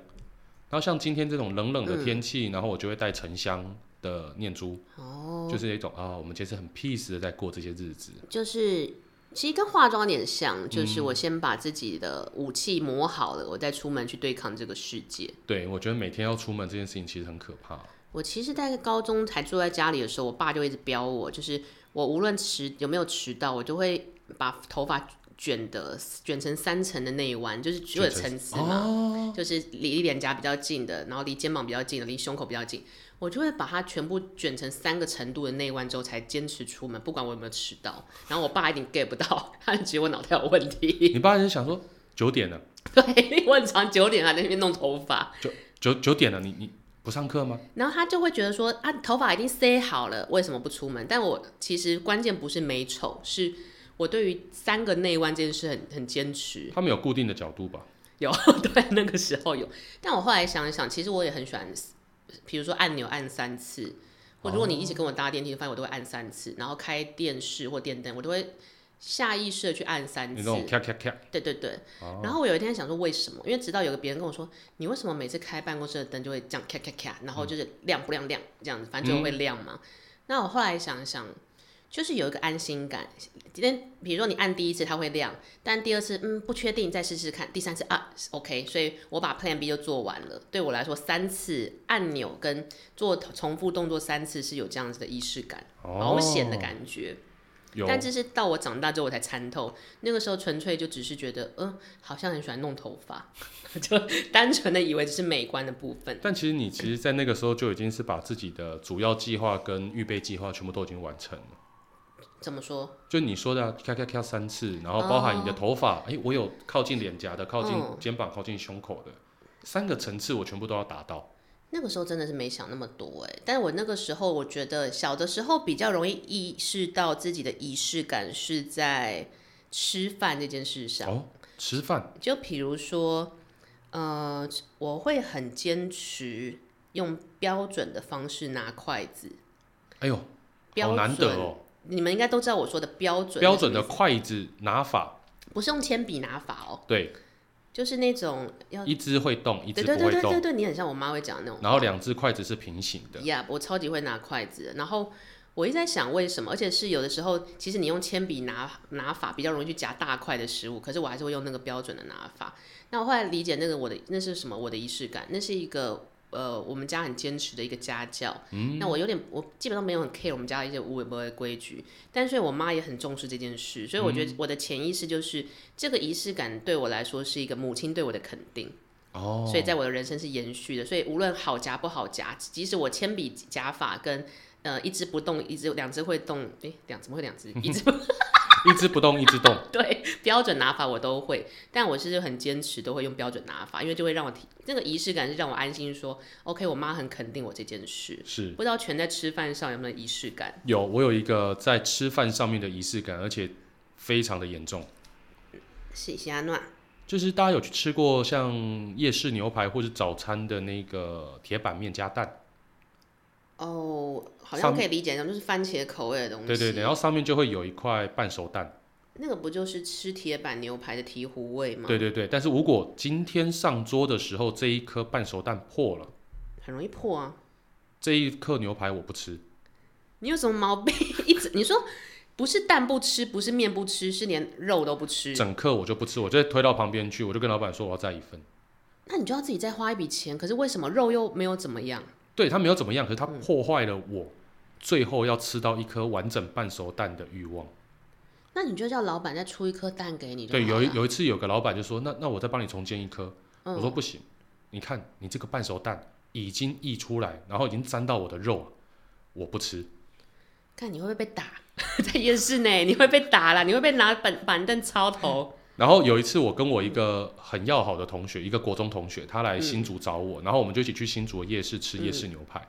Speaker 1: 然后像今天这种冷冷的
Speaker 2: 嗯
Speaker 1: 天气，然后我就会带沉香的念珠，
Speaker 2: 哦，
Speaker 1: 就是一种啊，我们其实很 peace 的在过这些日子。
Speaker 2: 就是其实跟化妆有点像，就是我先把自己的武器磨好了，我再出门去对抗这个世界。
Speaker 1: 对，我觉得每天要出门这件事情其实很可怕。
Speaker 2: 我其实大概高中才住在家里的时候，我爸就一直飙我，就是我无论迟有没有迟到，我就会把头发卷的卷成三层的内弯，就是只有层次嘛。
Speaker 1: 哦，
Speaker 2: 就是离脸颊比较近的，然后离肩膀比较近的，离胸口比较近，我就会把它全部卷成三个程度的内弯之后，才坚持出门，不管我有没有迟到。然后我爸一定 get 不到， [LAUGHS] 他就觉得我脑袋有问题。 [LAUGHS]
Speaker 1: 你爸就想说九点了，
Speaker 2: 对，我很常九点还在那边弄头发，
Speaker 1: 九九点了，你你不上课吗？
Speaker 2: 然后他就会觉得说啊，头发已经塞好了，为什么不出门？但我其实关键不是美丑，是我对于三个内湾这件事很很坚持。
Speaker 1: 他们有固定的角度吧？
Speaker 2: 有， [LAUGHS] 对，那个时候有。但我后来想一想，其实我也很喜欢，比如说按钮按三次，或如果你一直跟我搭电梯，发现我都会按三次，然后开电视或电灯，我都会下意识的去按三
Speaker 1: 你那
Speaker 2: 次。
Speaker 1: 种咔咔咔，
Speaker 2: 对对对。
Speaker 1: 哦
Speaker 2: 然后我有一天想说为什么？因为直到有个别人跟我说，你为什么每次开办公室的灯就会这样咔咔咔，然后
Speaker 1: 嗯
Speaker 2: 就是亮不亮亮这样子，反正就会亮嘛。那我后来想想，就是有一个安心感。今天比如说你按第一次它会亮，但第二次嗯不确定，再试试看。第三次啊 OK，所以我把 Plan B 就做完了。对我来说，三次按钮跟做重复动作三次是有这样子的仪式感、保险的
Speaker 1: 哦
Speaker 2: 感觉。
Speaker 1: 有
Speaker 2: 但这是到我长大之后我才参透，那个时候纯粹就只是觉得，嗯、好像很喜欢弄头发， [LAUGHS] 就单纯的以为只是美观的部分。
Speaker 1: 但其实你其实，在那个时候就已经是把自己的主要计划跟预备计划全部都已经完成了。
Speaker 2: 怎么说？
Speaker 1: 就你说的啊咔咔咔三次，然后包含你的头发，哎、我有靠近脸颊的，靠近
Speaker 2: 嗯
Speaker 1: 肩膀，靠近胸口的，三个层次我全部都要达到。
Speaker 2: 那个时候真的是没想那么多哎、但我那个时候我觉得小的时候比较容易意识到自己的仪式感是在吃饭这件事上。
Speaker 1: 哦，吃饭
Speaker 2: 就比如说，呃，我会很坚持用标准的方式拿筷子，
Speaker 1: 哎呦，
Speaker 2: 标
Speaker 1: 好难得
Speaker 2: 准
Speaker 1: 哦！
Speaker 2: 你们应该都知道我说的标准是
Speaker 1: 标
Speaker 2: 什
Speaker 1: 准
Speaker 2: 么
Speaker 1: 的筷子拿法，
Speaker 2: 不是用铅笔拿法哦，
Speaker 1: 对，
Speaker 2: 就是那种要
Speaker 1: 一只会动，一只
Speaker 2: 对
Speaker 1: 不
Speaker 2: 对对
Speaker 1: 会
Speaker 2: 对对
Speaker 1: 动，
Speaker 2: 对，你很像我妈会讲的那种。
Speaker 1: 然后两只筷子是平行的。
Speaker 2: 呀我超级会拿筷子的，然后我一直在想为什么，而且是有的时候，其实你用铅笔拿拿法比较容易去夹大块的食物，可是我还是会用那个标准的拿法。那我后来理解那个我的那是什么，我的仪式感，那是一个。呃，我们家很坚持的一个家教，那我有点，我基本上没有很 care 我们家的一些无微不微的规矩，但是我妈也很重视这件事，所以我觉得我的潜意识就是、这个仪式感对我来说是一个母亲对我的肯定。
Speaker 1: 哦，
Speaker 2: 所以在我的人生是延续的。所以无论好夹不好夹，即使我铅笔夹法跟呃一只不动，一只两只会动，诶，两怎么会两只？一只不 [LAUGHS]
Speaker 1: 一只不动，一只动。
Speaker 2: 对，标准拿法我都会，但我是很坚持都会用标准拿法，因为就会让我提那个仪式感是让我安心说，OK，我妈很肯定我这件事。
Speaker 1: 是
Speaker 2: 不知道全在吃饭上有没有仪式感？
Speaker 1: 有，我有一个在吃饭上面的仪式感，而且非常的严重。
Speaker 2: 是喜安暖
Speaker 1: 就是大家有去吃过像夜市牛排或者早餐的那个铁板面加蛋，
Speaker 2: 哦，好
Speaker 1: 上
Speaker 2: 像可以理解成就是番茄口味的东西。
Speaker 1: 对对对，然后上面就会有一块半熟蛋，
Speaker 2: 那个不就是吃铁板牛排的醍醐味吗？
Speaker 1: 对，对对。但是如果今天上桌的时候这一颗半熟蛋破了，
Speaker 2: 很容易破啊。
Speaker 1: 这一颗牛排我不吃，
Speaker 2: 你有什么毛病？ [LAUGHS] 一直你说不是蛋不吃，不是面不吃，是连肉都不吃，
Speaker 1: 整颗我就不吃，我就推到旁边去，我就跟老板说我要再一份。
Speaker 2: 那你就要自己再花一笔钱。可是为什么肉又没有怎么样？
Speaker 1: 对他没有怎么样，可是他
Speaker 2: 嗯
Speaker 1: 破坏了我最后要吃到一颗完整半熟蛋的欲望。
Speaker 2: 那你就叫老板再出一颗蛋给你就
Speaker 1: 对，
Speaker 2: 好
Speaker 1: 有一
Speaker 2: 了
Speaker 1: 有一次有个老板就说，那那我再帮你重建一颗，
Speaker 2: 嗯
Speaker 1: 我说不行，你看你这个半熟蛋已经溢出来，然后已经沾到我的肉了，我不吃。
Speaker 2: 看你会不会被打，在夜市呢，你会被打啦，你会被拿板板凳敲头。
Speaker 1: [LAUGHS] 然后有一次我跟我一个很要好的同学，一个国中同学，他
Speaker 2: 嗯
Speaker 1: 来新竹找我，然后我们就一起去新竹的夜市吃夜市牛排，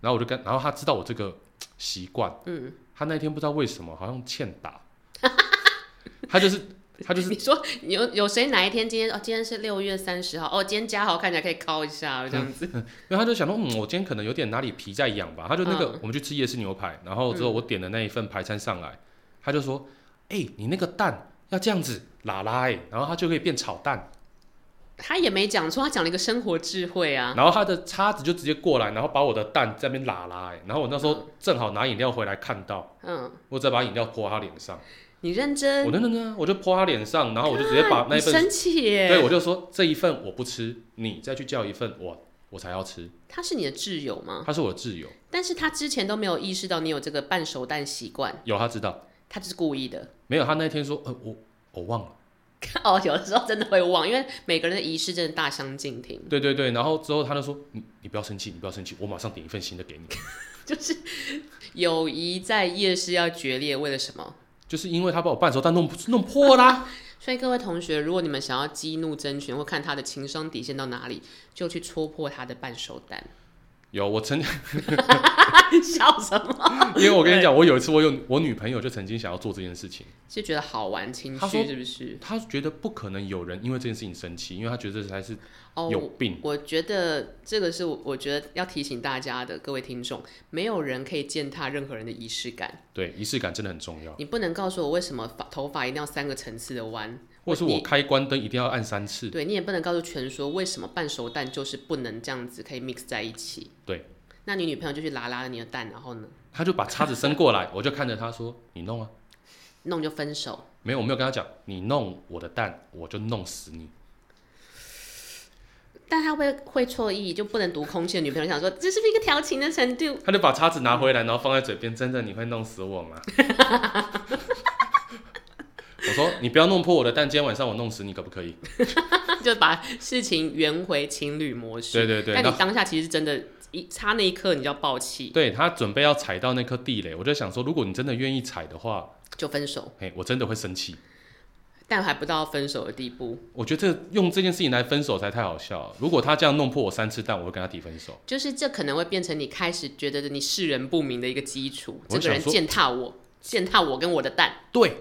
Speaker 1: 然后我就跟，然后他知道我这个嘖习惯，
Speaker 2: 嗯，
Speaker 1: 他那天不知道为什么好像欠打，他就是他就是
Speaker 2: 你说有有谁哪一天今天哦，今天是六月三十号哦，今天嘉豪看起来可以敲一下
Speaker 1: 嗯
Speaker 2: 这样子。
Speaker 1: 然后他就想说，嗯，我今天可能有点哪里皮在痒吧。他就那个，
Speaker 2: 嗯
Speaker 1: 我们去吃夜市牛排，然后之后我点的那一份排餐上来，他就说，哎、你那个蛋要这样子拉拉哎、然后它就可以变炒蛋。
Speaker 2: 他也没讲错，他讲了一个生活智慧啊。
Speaker 1: 然后他的叉子就直接过来，然后把我的蛋在那边拉拉哎、然后我那时候正好拿饮料回来看到，
Speaker 2: 嗯，
Speaker 1: 我再把饮料泼他脸上，
Speaker 2: 你认
Speaker 1: 我
Speaker 2: 真，
Speaker 1: 真的呢，我就泼他脸上，然后我就直接把那一
Speaker 2: 嗯你
Speaker 1: 份，
Speaker 2: 生气耶。
Speaker 1: 对我就说这一份我不吃，你再去叫一份我我才要吃。
Speaker 2: 他是你的挚友吗？
Speaker 1: 他是我的挚友，
Speaker 2: 但是他之前都没有意识到你有这个半熟蛋习惯，
Speaker 1: 有他知道，
Speaker 2: 他就是故意的。 [LAUGHS]
Speaker 1: 没有他那天说，呃，我我忘了。
Speaker 2: 哦，有的时候真的会忘，因为每个人的仪式真的大相径庭。
Speaker 1: 对对对，然后之后他就说：“你你不要生气，你不要生气，我马上点一份新的给你。 [LAUGHS]
Speaker 2: 就是友谊在夜市要决裂，为了什么？”
Speaker 1: 就是因为他把我半熟蛋弄弄破啦。
Speaker 2: 所以各位同学，如果你们想要激怒真群，或看他的情商 [LAUGHS]
Speaker 1: [LAUGHS]
Speaker 2: 底线到哪里，就去戳破他的半熟蛋。
Speaker 1: 有我曾
Speaker 2: 你笑什么？
Speaker 1: 因为我跟你讲，我有一次我有我女朋友就曾经想要做这件事情，
Speaker 2: 是觉得好玩情
Speaker 1: 他
Speaker 2: 绪
Speaker 1: 说
Speaker 2: 是不是？
Speaker 1: 她觉得不可能有人因为这件事情生气，因为她觉得这才是
Speaker 2: 哦，
Speaker 1: 有病。
Speaker 2: 我觉得这个是我我觉得要提醒大家的，各位听众，没有人可以践踏任何人的仪式感。
Speaker 1: 对，仪式感真的很重要。
Speaker 2: 你不能告诉我为什么发头发一定要三个层次的弯，
Speaker 1: 或者是
Speaker 2: 你
Speaker 1: 我开关灯一定要按三次，
Speaker 2: 对你也不能告诉全说为什么半熟蛋就是不能这样子可以 mix 在一起。
Speaker 1: 对，
Speaker 2: 那你女朋友就去拉拉了你的蛋，然后呢，
Speaker 1: 她就把叉子伸过来，我就看着她说：“你弄啊。
Speaker 2: 弄就
Speaker 1: [LAUGHS]
Speaker 2: 分手。”
Speaker 1: 没有，我没有跟她讲，你弄我的蛋，我就弄死你。
Speaker 2: 但他会会错意，就不能读空气的女朋友想说，这是不是一个调情的程度？ [LAUGHS]
Speaker 1: 她就把叉子拿回来，然后放在嘴边，真的你会弄死我吗？ [LAUGHS] 我说你不要弄破我的蛋，今天晚上我弄死你可不可以？
Speaker 2: 就把事情圆回情侣模式。
Speaker 1: 对对对，然
Speaker 2: 但你
Speaker 1: 后
Speaker 2: 当下其实真的，一差那一刻你就要爆气，
Speaker 1: 对他准备要踩到那颗地雷，我就想说，如果你真的愿意踩的话，
Speaker 2: 就分手，
Speaker 1: 嘿，我真的会生气。
Speaker 2: 但还不到分手的地步。
Speaker 1: 我觉得这用这件事情来分手才太好笑了。如果他这样弄破我三次蛋，我会跟他提分手。
Speaker 2: 就是这可能会变成你开始觉得你世人不明的一个基础。
Speaker 1: 我
Speaker 2: 这个人
Speaker 1: 想说
Speaker 2: 践踏我，践踏我跟我的蛋， [LAUGHS]
Speaker 1: 对，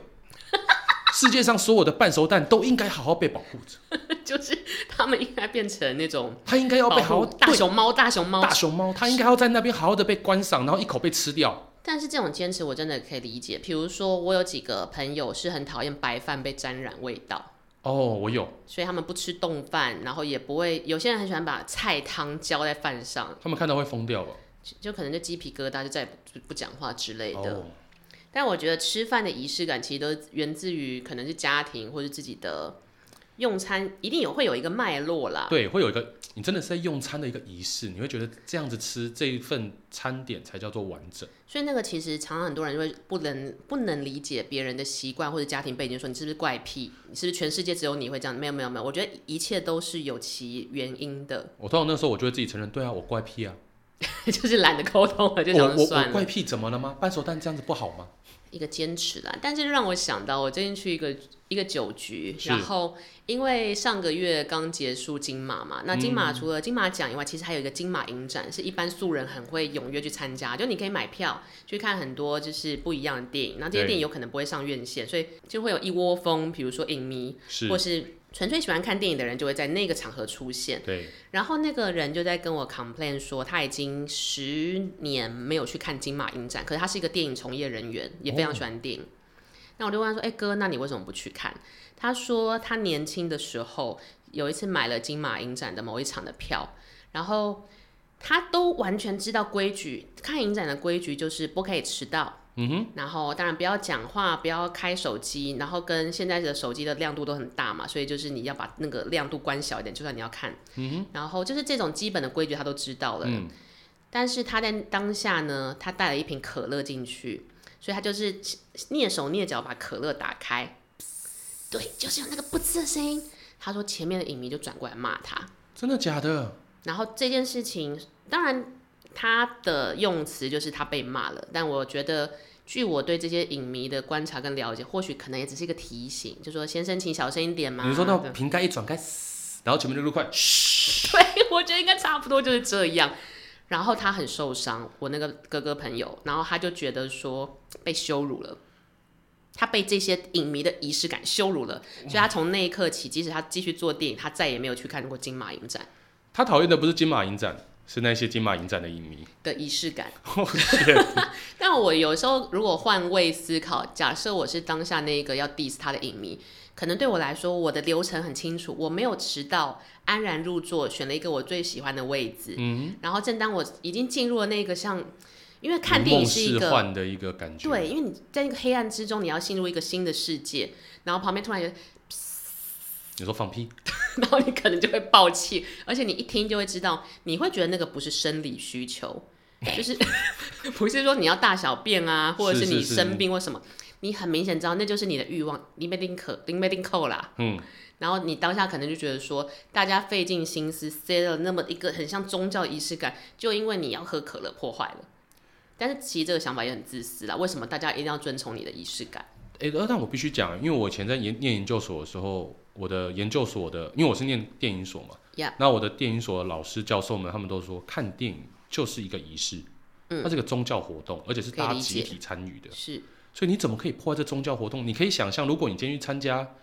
Speaker 1: [LAUGHS] 世界上所有的半熟蛋都应该好好被保护着，
Speaker 2: 就是他们应该变成那种
Speaker 1: 它应该要被好
Speaker 2: 保
Speaker 1: 好
Speaker 2: 护大
Speaker 1: 对
Speaker 2: 熊猫，大熊猫
Speaker 1: 大熊猫，它应该要在那边好好的被观赏，然后一口被吃掉。
Speaker 2: 但是这种坚持我真的可以理解。比如说，我有几个朋友是很讨厌白饭被沾染味道，
Speaker 1: 哦，我有，
Speaker 2: 所以他们不吃冻饭，然后也不会。有些人很喜欢把菜汤浇在饭上，
Speaker 1: 他们看到会疯掉吧？
Speaker 2: 就就可能就鸡皮疙瘩，就再也不不讲话之类的。
Speaker 1: 哦，
Speaker 2: 但我觉得吃饭的仪式感其实都是源自于可能是家庭或是自己的用餐，一定有会有一个脉络啦。
Speaker 1: 对，会有一个，你真的是在用餐的一个仪式，你会觉得这样子吃这一份餐点才叫做完整。
Speaker 2: 所以那个其实常常很多人就会不能不能理解别人的习惯或者家庭背景，说你是不是怪癖，你是不是全世界只有你会这样？没有没有没有，我觉得一切都是有其原因的， [LAUGHS]
Speaker 1: 我通常那时候我就会自己承认，对啊，我怪癖啊，
Speaker 2: 就是懒得沟通了，就
Speaker 1: 我
Speaker 2: 想
Speaker 1: 我
Speaker 2: 说
Speaker 1: 我
Speaker 2: 算
Speaker 1: 怪
Speaker 2: 了，
Speaker 1: 癖怎么了吗？半熟蛋这样子不好吗？
Speaker 2: 一个坚持啦。但是让我想到，我最近去一个一个酒局，
Speaker 1: 是
Speaker 2: 然后因为上个月刚结束金马嘛，那
Speaker 1: 嗯
Speaker 2: 金马除了金马奖以外，其实还有一个金马影展，是一般素人很会踊跃去参加，就你可以买票。去看很多就是不一样的电影，那这些
Speaker 1: 对
Speaker 2: 电影有可能不会上院线，所以就会有一窝蜂，比如说影迷
Speaker 1: 是
Speaker 2: 或，是纯粹喜欢看电影的人，就会在那个场合出现。
Speaker 1: 对，
Speaker 2: 然后那个人就在跟我 complain 说，他已经十年没有去看金马影展，可是他是一个电影从业人员，也非
Speaker 1: 哦
Speaker 2: 常喜欢电影。那我就问他说：“哎、哥，那你为什么不去看？”他说他年轻的时候有一次买了金马影展的某一场的票，然后他都完全知道规矩，看影展的规矩就是不可以迟到。
Speaker 1: 嗯哼，
Speaker 2: 然后当然不要讲话，不要开手机，然后跟现在的手机的亮度都很大嘛，所以就是你要把那个亮度关小一点，就算你要看。嗯、然后就是这种基本的规矩他都知道了，
Speaker 1: 嗯，
Speaker 2: 但是他在当下呢，他带了一瓶可乐进去，所以他就是蹑手蹑脚把可乐打开，对，就是有那个噗呲的声音。他说前面的影迷就转过来骂他，
Speaker 1: 真的假的？
Speaker 2: 然后这件事情，当然他的用词就是他被骂了，但我觉得，据我对这些影迷的观察跟了解，或许可能也只是一个提醒，就说先生请小声一点嘛。
Speaker 1: 你说那
Speaker 2: 对
Speaker 1: 瓶盖一转开，嘶然后前面就路快，
Speaker 2: [LAUGHS] 对，我觉得应该差不多就是这样。然后他很受伤，我那个哥哥朋友，然后他就觉得说被羞辱了，他被这些影迷的仪式感羞辱了，所以他从那一刻起，即使他继续做电影，他再也没有去看过金马影展
Speaker 1: 他讨厌的不是金马影展，是那些金马影展的影迷。
Speaker 2: 的仪式
Speaker 1: [LAUGHS]
Speaker 2: 感。
Speaker 1: 我天，
Speaker 2: [LAUGHS] 但我有时候如果换位思考，假设我是当下那一个要 diss 他的影迷，可能对我来说，我的流程很清楚，我没有迟到，安然入座，选了一个我最喜欢的位置。
Speaker 1: 嗯，
Speaker 2: 然后正当我已经进入了那个像，因为看
Speaker 1: 如
Speaker 2: 电
Speaker 1: 梦
Speaker 2: 影是一
Speaker 1: 似
Speaker 2: 个
Speaker 1: 幻的一个感觉。
Speaker 2: 对，，因为你在那个黑暗之中，你要进入一个新的世界，然后旁边突然有，
Speaker 1: 你说放屁，
Speaker 2: 然后你可能就会爆气，而且你一听就会知道，你会觉得那个不是生理需求，就是 [LAUGHS] 不是说你要大小便啊，或者
Speaker 1: 是
Speaker 2: 是你
Speaker 1: 是是嗯
Speaker 2: 生病或什么，你很明显知道那就是你的欲望，你没定可，你没定扣啦。
Speaker 1: 嗯，
Speaker 2: [LAUGHS] 然后你当下可能就觉得说，大家费尽心思塞了那么一个很像宗教仪式感，就因为你要喝可乐破坏了。但是其实这个想法也很自私啦，为什么大家一定要遵从你的仪式感？
Speaker 1: 诶，呃但我必须讲，因为我以前在研念研究所的时候，我的研究所的，因为我是念电影所嘛
Speaker 2: Yeah
Speaker 1: 那我的电影所的老师教授们，他们都说，看电影就是一个仪式，
Speaker 2: 嗯
Speaker 1: 它是个宗教活动，而且是大家
Speaker 2: 可以理
Speaker 1: 集
Speaker 2: 解
Speaker 1: 体参与的，
Speaker 2: 是
Speaker 1: 所以你怎么可以破坏这宗教活动？你可以想象，如果你今天去参加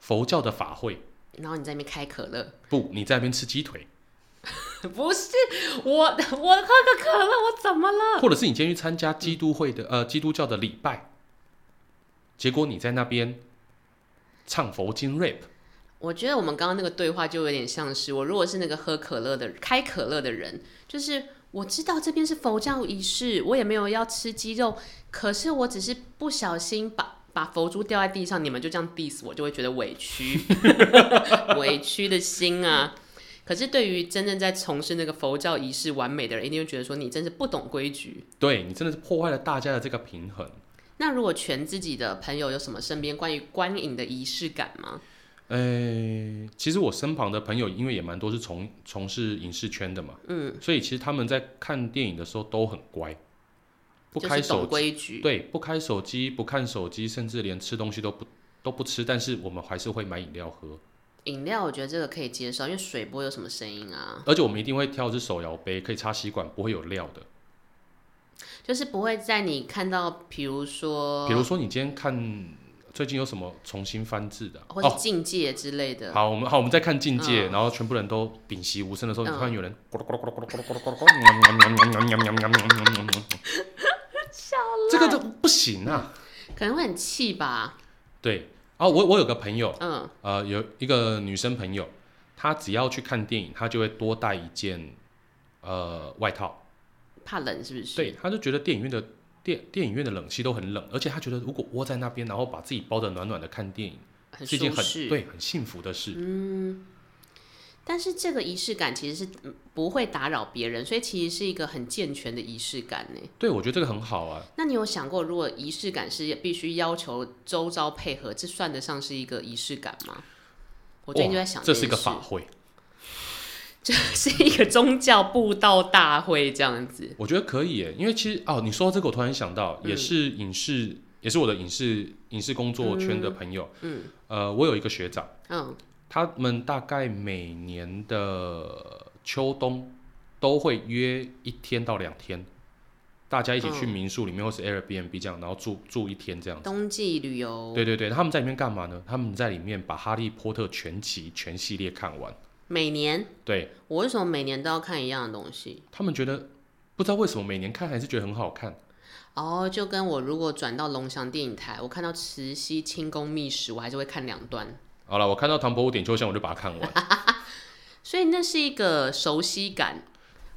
Speaker 1: 佛教的法会，
Speaker 2: 然后你在那边开可乐，
Speaker 1: 不，你在那边吃鸡腿，
Speaker 2: [LAUGHS] 不是我， [LAUGHS] 我喝个可乐，我怎么了？
Speaker 1: 或者是你今天去参加基督会的呃基督教的礼拜，结果你在那边唱佛经 rap，
Speaker 2: 我觉得我们刚刚那个对话就有点像是我如果是那个喝可乐的开可乐的人，就是我知道这边是佛教仪式，我也没有要吃鸡肉，可是我只是不小心把把佛珠掉在地上，你们就这样 diss 我，就会觉得委屈， [LAUGHS] 委屈的心啊。可是对于真正在从事那个佛教仪式完美的人，一定会觉得说你真是不懂规矩。
Speaker 1: 对你真的是破坏了大家的这个平衡。
Speaker 2: 那如果全自己的朋友有什么身边关于观影的仪式感吗？
Speaker 1: 呃，其实我身旁的朋友，因为也蛮多是从从事影视圈的嘛，嗯，所以其实他们在看电影的时候都很乖，不
Speaker 2: 就
Speaker 1: 开
Speaker 2: 是
Speaker 1: 手
Speaker 2: 懂
Speaker 1: 机，
Speaker 2: 规矩，
Speaker 1: 对，不开手机，不看手机，甚至连吃东西都不都不吃，但是我们还是会买饮料喝，
Speaker 2: 饮料我觉得这个可以接受，因为水波有什么声音啊？
Speaker 1: 而且我们一定会挑一只手摇杯，可以插吸管，不会有料的。
Speaker 2: 就是不会在你看到，比如说，
Speaker 1: 比如说你今天看最近有什么重新翻制的啊
Speaker 2: 或是
Speaker 1: 哦，
Speaker 2: 境界之类的，
Speaker 1: 好，我们好，我们再看境界，
Speaker 2: 嗯
Speaker 1: 然后全部人都屏息无声的时候，你
Speaker 2: 嗯
Speaker 1: 突然有人咕噜咕噜咕噜咕噜咕噜咕噜咕噜咕噜，这个都不行啊。
Speaker 2: 可能会很气吧？
Speaker 1: 对，啊，我我有个朋友，
Speaker 2: 嗯，
Speaker 1: 呃，有一个女生朋友，她只要去看电影，她就会多带一件呃外套。
Speaker 2: 怕冷是不是？
Speaker 1: 对，，她就觉得电影院的电电影院的冷气都很冷，而且她觉得如果窝在那边，然后把自己包的暖暖的看电影，
Speaker 2: 很
Speaker 1: 是一件
Speaker 2: 舒
Speaker 1: 很
Speaker 2: 适。，
Speaker 1: 对很幸福的事。
Speaker 2: 但是这个仪式感其实是嗯不会打扰别人，所以其实是一个很健全的仪式感呢。
Speaker 1: 对，我觉得这个很好啊。
Speaker 2: 那你有想过，如果仪式感是必须要求周遭配合，这算得上是一个仪式感吗？我最近就在想
Speaker 1: 哇这
Speaker 2: 件
Speaker 1: 是一个
Speaker 2: 事
Speaker 1: 法会，
Speaker 2: [LAUGHS] 这是一个宗教布道大会这样子。
Speaker 1: 我觉得可以耶，因为其实哦，你说到这个，我突然想到，
Speaker 2: 嗯
Speaker 1: 也是影视，也是我的影视影视工作圈的朋友，
Speaker 2: 嗯
Speaker 1: 呃，我有一个学长，
Speaker 2: 嗯，
Speaker 1: 他们大概每年的秋冬都会约一天到两天，大家一起去
Speaker 2: 嗯
Speaker 1: 民宿里面、或是 Airbnb 这样，然后住住一天这样子。
Speaker 2: 冬季旅游，
Speaker 1: 对对对，他们在里面干嘛呢？他们在里面把《哈利波特》全集全系列看完。
Speaker 2: 每年
Speaker 1: 对，
Speaker 2: 我为什么每年都要看一样的东西？
Speaker 1: 他们觉得不知道为什么每年看还是觉得很好看。
Speaker 2: 哦、就跟我如果转到龙翔电影台，我看到慈禧清宫秘史，我还是会看两段，
Speaker 1: 好了，我看到唐伯虎点秋香，我就把它看完，
Speaker 2: 所以那是一个熟悉感。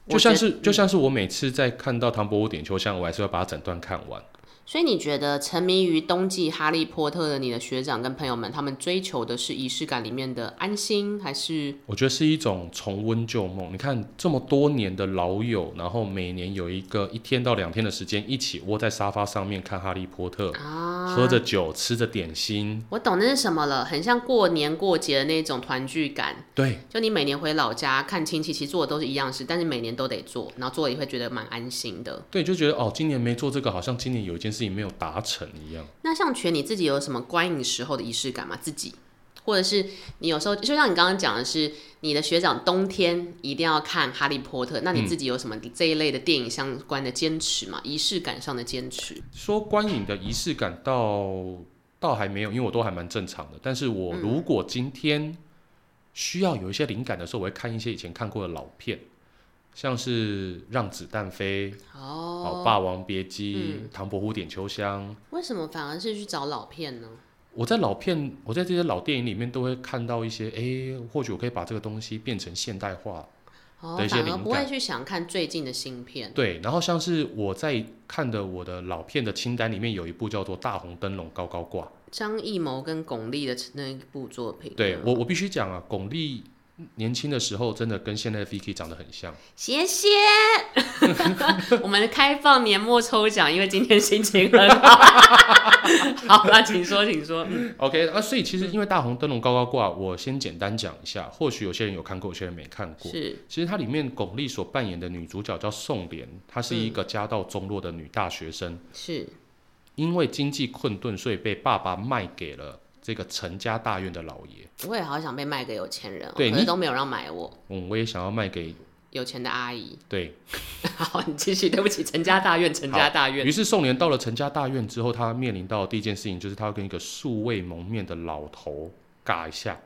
Speaker 1: 就像
Speaker 2: 我觉嗯
Speaker 1: 是就像是我每次在看到唐伯虎点秋香，我还是会把它整段看完。
Speaker 2: 得，所以你觉得沉迷于冬季哈利波特的你的学长跟朋友们，他们追求的是仪式感里面的安心，还是
Speaker 1: 我觉得是一种重温旧梦。你看这么多年的老友，然后每年有一个一天到两天的时间，一起窝在沙发上面看《哈利波特》
Speaker 2: 啊？
Speaker 1: 喝着酒，吃着点心。
Speaker 2: 我懂那是什么了，很像过年过节的那种团聚感。
Speaker 1: 对
Speaker 2: 就你每年回老家看亲戚，其实做的都是一样事，但是每年都得做，然后做了也会觉得蛮安心的。
Speaker 1: 对，就觉得哦，今年没做这个，好像今年有一件事情没有达成一样。
Speaker 2: 那像全你自己有什么观影时候的仪式感吗？自己，或者是你有时候就像你刚刚讲的是，你的学长冬天一定要看《哈利波特》，那你自己有什么这一类的电影相关的坚持吗？仪式感上的坚持？
Speaker 1: 说观影的仪式感倒倒还没有，因为我都还蛮正常的。但是我如果今天需要有一些灵感的时候，我会看一些以前看过的老片，像是《让子弹飞》、哦，《
Speaker 2: 哦，
Speaker 1: 霸王别姬》唐伯虎点秋香》。
Speaker 2: 为什么反而是去找老片呢？
Speaker 1: 我在老片，我在这些老电影里面都会看到一些，诶，或许我可以把这个东西变成现代化。
Speaker 2: 哦
Speaker 1: 的一，些
Speaker 2: 反而
Speaker 1: 灵
Speaker 2: 不会
Speaker 1: 感
Speaker 2: 去想看最近的新片。
Speaker 1: 对，然后像是我在看的我的老片的清单里面有一部叫做《大红灯笼高高挂》。
Speaker 2: 张艺谋跟巩俐的那一部作品，
Speaker 1: 对我，我必须讲啊，巩俐年轻的时候真的跟现在的 Vicky 长得很像。[LAUGHS]
Speaker 2: 谢谢。我们开放年末抽奖，因为今天心情很
Speaker 1: [LAUGHS]
Speaker 2: 好。好那请说，请说。嗯
Speaker 1: OK 啊，所以其实因为大红灯笼高高挂，我先简单讲一下，或许有些人有看过，有些人没看过。
Speaker 2: 是
Speaker 1: 其实它里面巩俐所扮演的女主角叫宋濂，她是
Speaker 2: 嗯
Speaker 1: 一个家道中落的女大学生，
Speaker 2: 是，
Speaker 1: 因为经济困顿，所以被爸爸卖给了这个陈家大院的老爷。
Speaker 2: 我也好想被卖给有钱人哦，
Speaker 1: 对
Speaker 2: 可是
Speaker 1: 你
Speaker 2: 都没有让买我。
Speaker 1: 嗯，我也想要卖给
Speaker 2: 有钱的阿姨。 [LAUGHS]
Speaker 1: 对，
Speaker 2: 好，你继续。对不起，陈家大院，陈家大院
Speaker 1: 于。是宋濂到了陈家大院之后，他面临到的第一件事情就是他要跟一个素未谋面的老头尬一下。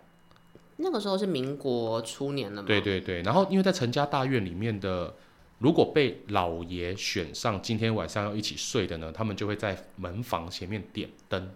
Speaker 2: 那个时候是民国初年了嘛？
Speaker 1: 对对对，然后因为在陈家大院里面的，如果被老爷选上，今天晚上要一起睡的呢，他们就会在门房前面点灯，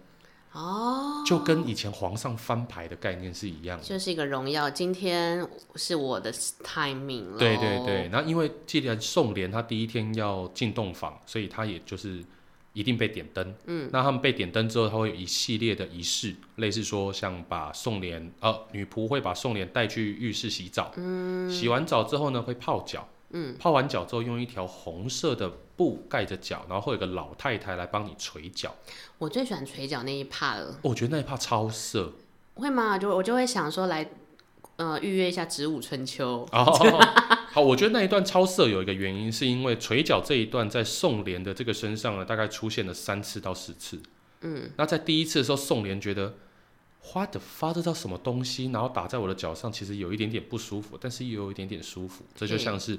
Speaker 2: 哦，
Speaker 1: 就跟以前皇上翻牌的概念是一样的。
Speaker 2: 就是一个荣耀。今天是我的 timing 了。
Speaker 1: 对对对，，然后因为既然宋濂他第一天要进洞房，所以他也就是一定被点灯。嗯，那他们被点灯之后，他会有一系列的仪式，类似说像把宋濂呃女仆会把宋濂带去浴室洗澡，嗯，洗完澡之后呢会泡脚，嗯，泡完脚之后用一条红色的布盖着脚，然后会有个老太太来帮你捶脚。哦
Speaker 2: 我最喜欢捶脚那一 part 了。
Speaker 1: 我觉得那一趴超色
Speaker 2: 会吗？就我就会想说来，呃，预约一下《植物春秋》
Speaker 1: 哦。 [LAUGHS] 好，我觉得那一段超色有一个原因，是因为垂脚这一段在宋濂的这个身上呢，大概出现了三次到四次。嗯，那在第一次的时候，宋濂觉得花的发这叫什么东西，然后打在我的脚上，其实有一点点不舒服，但是又有一点点舒服，这就
Speaker 2: 嗯
Speaker 1: 像是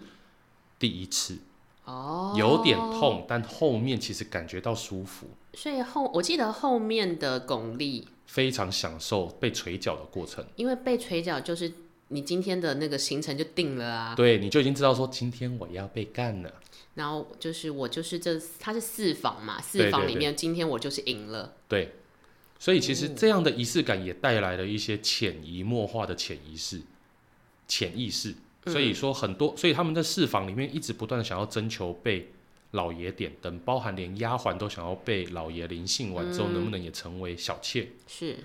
Speaker 1: 第一次、
Speaker 2: 哦，
Speaker 1: 有点。痛，但后面其实感觉到舒服，
Speaker 2: 所以后我记得后面的巩俐，
Speaker 1: 非常享受被垂脚的过程。
Speaker 2: 因为被捶脚就是你今天的那个行程就定了啊。
Speaker 1: 对，你就已经知道说今天我要被干了。
Speaker 2: 然后就是我就是这，它是四房嘛，
Speaker 1: 对
Speaker 2: 四
Speaker 1: 对
Speaker 2: 房
Speaker 1: 对
Speaker 2: 里面今天我就是赢了。
Speaker 1: 对，所以其
Speaker 2: 嗯
Speaker 1: 实这样的仪式感也带来了一些潜移默化的潜意识、潜意识。
Speaker 2: 嗯
Speaker 1: 所以说很多，所以他们在市坊里面一直不断的想要征求被老爷点灯，包含连丫鬟都想要被老爷临幸完之后，
Speaker 2: 嗯
Speaker 1: 能不能也成为小妾？
Speaker 2: 是，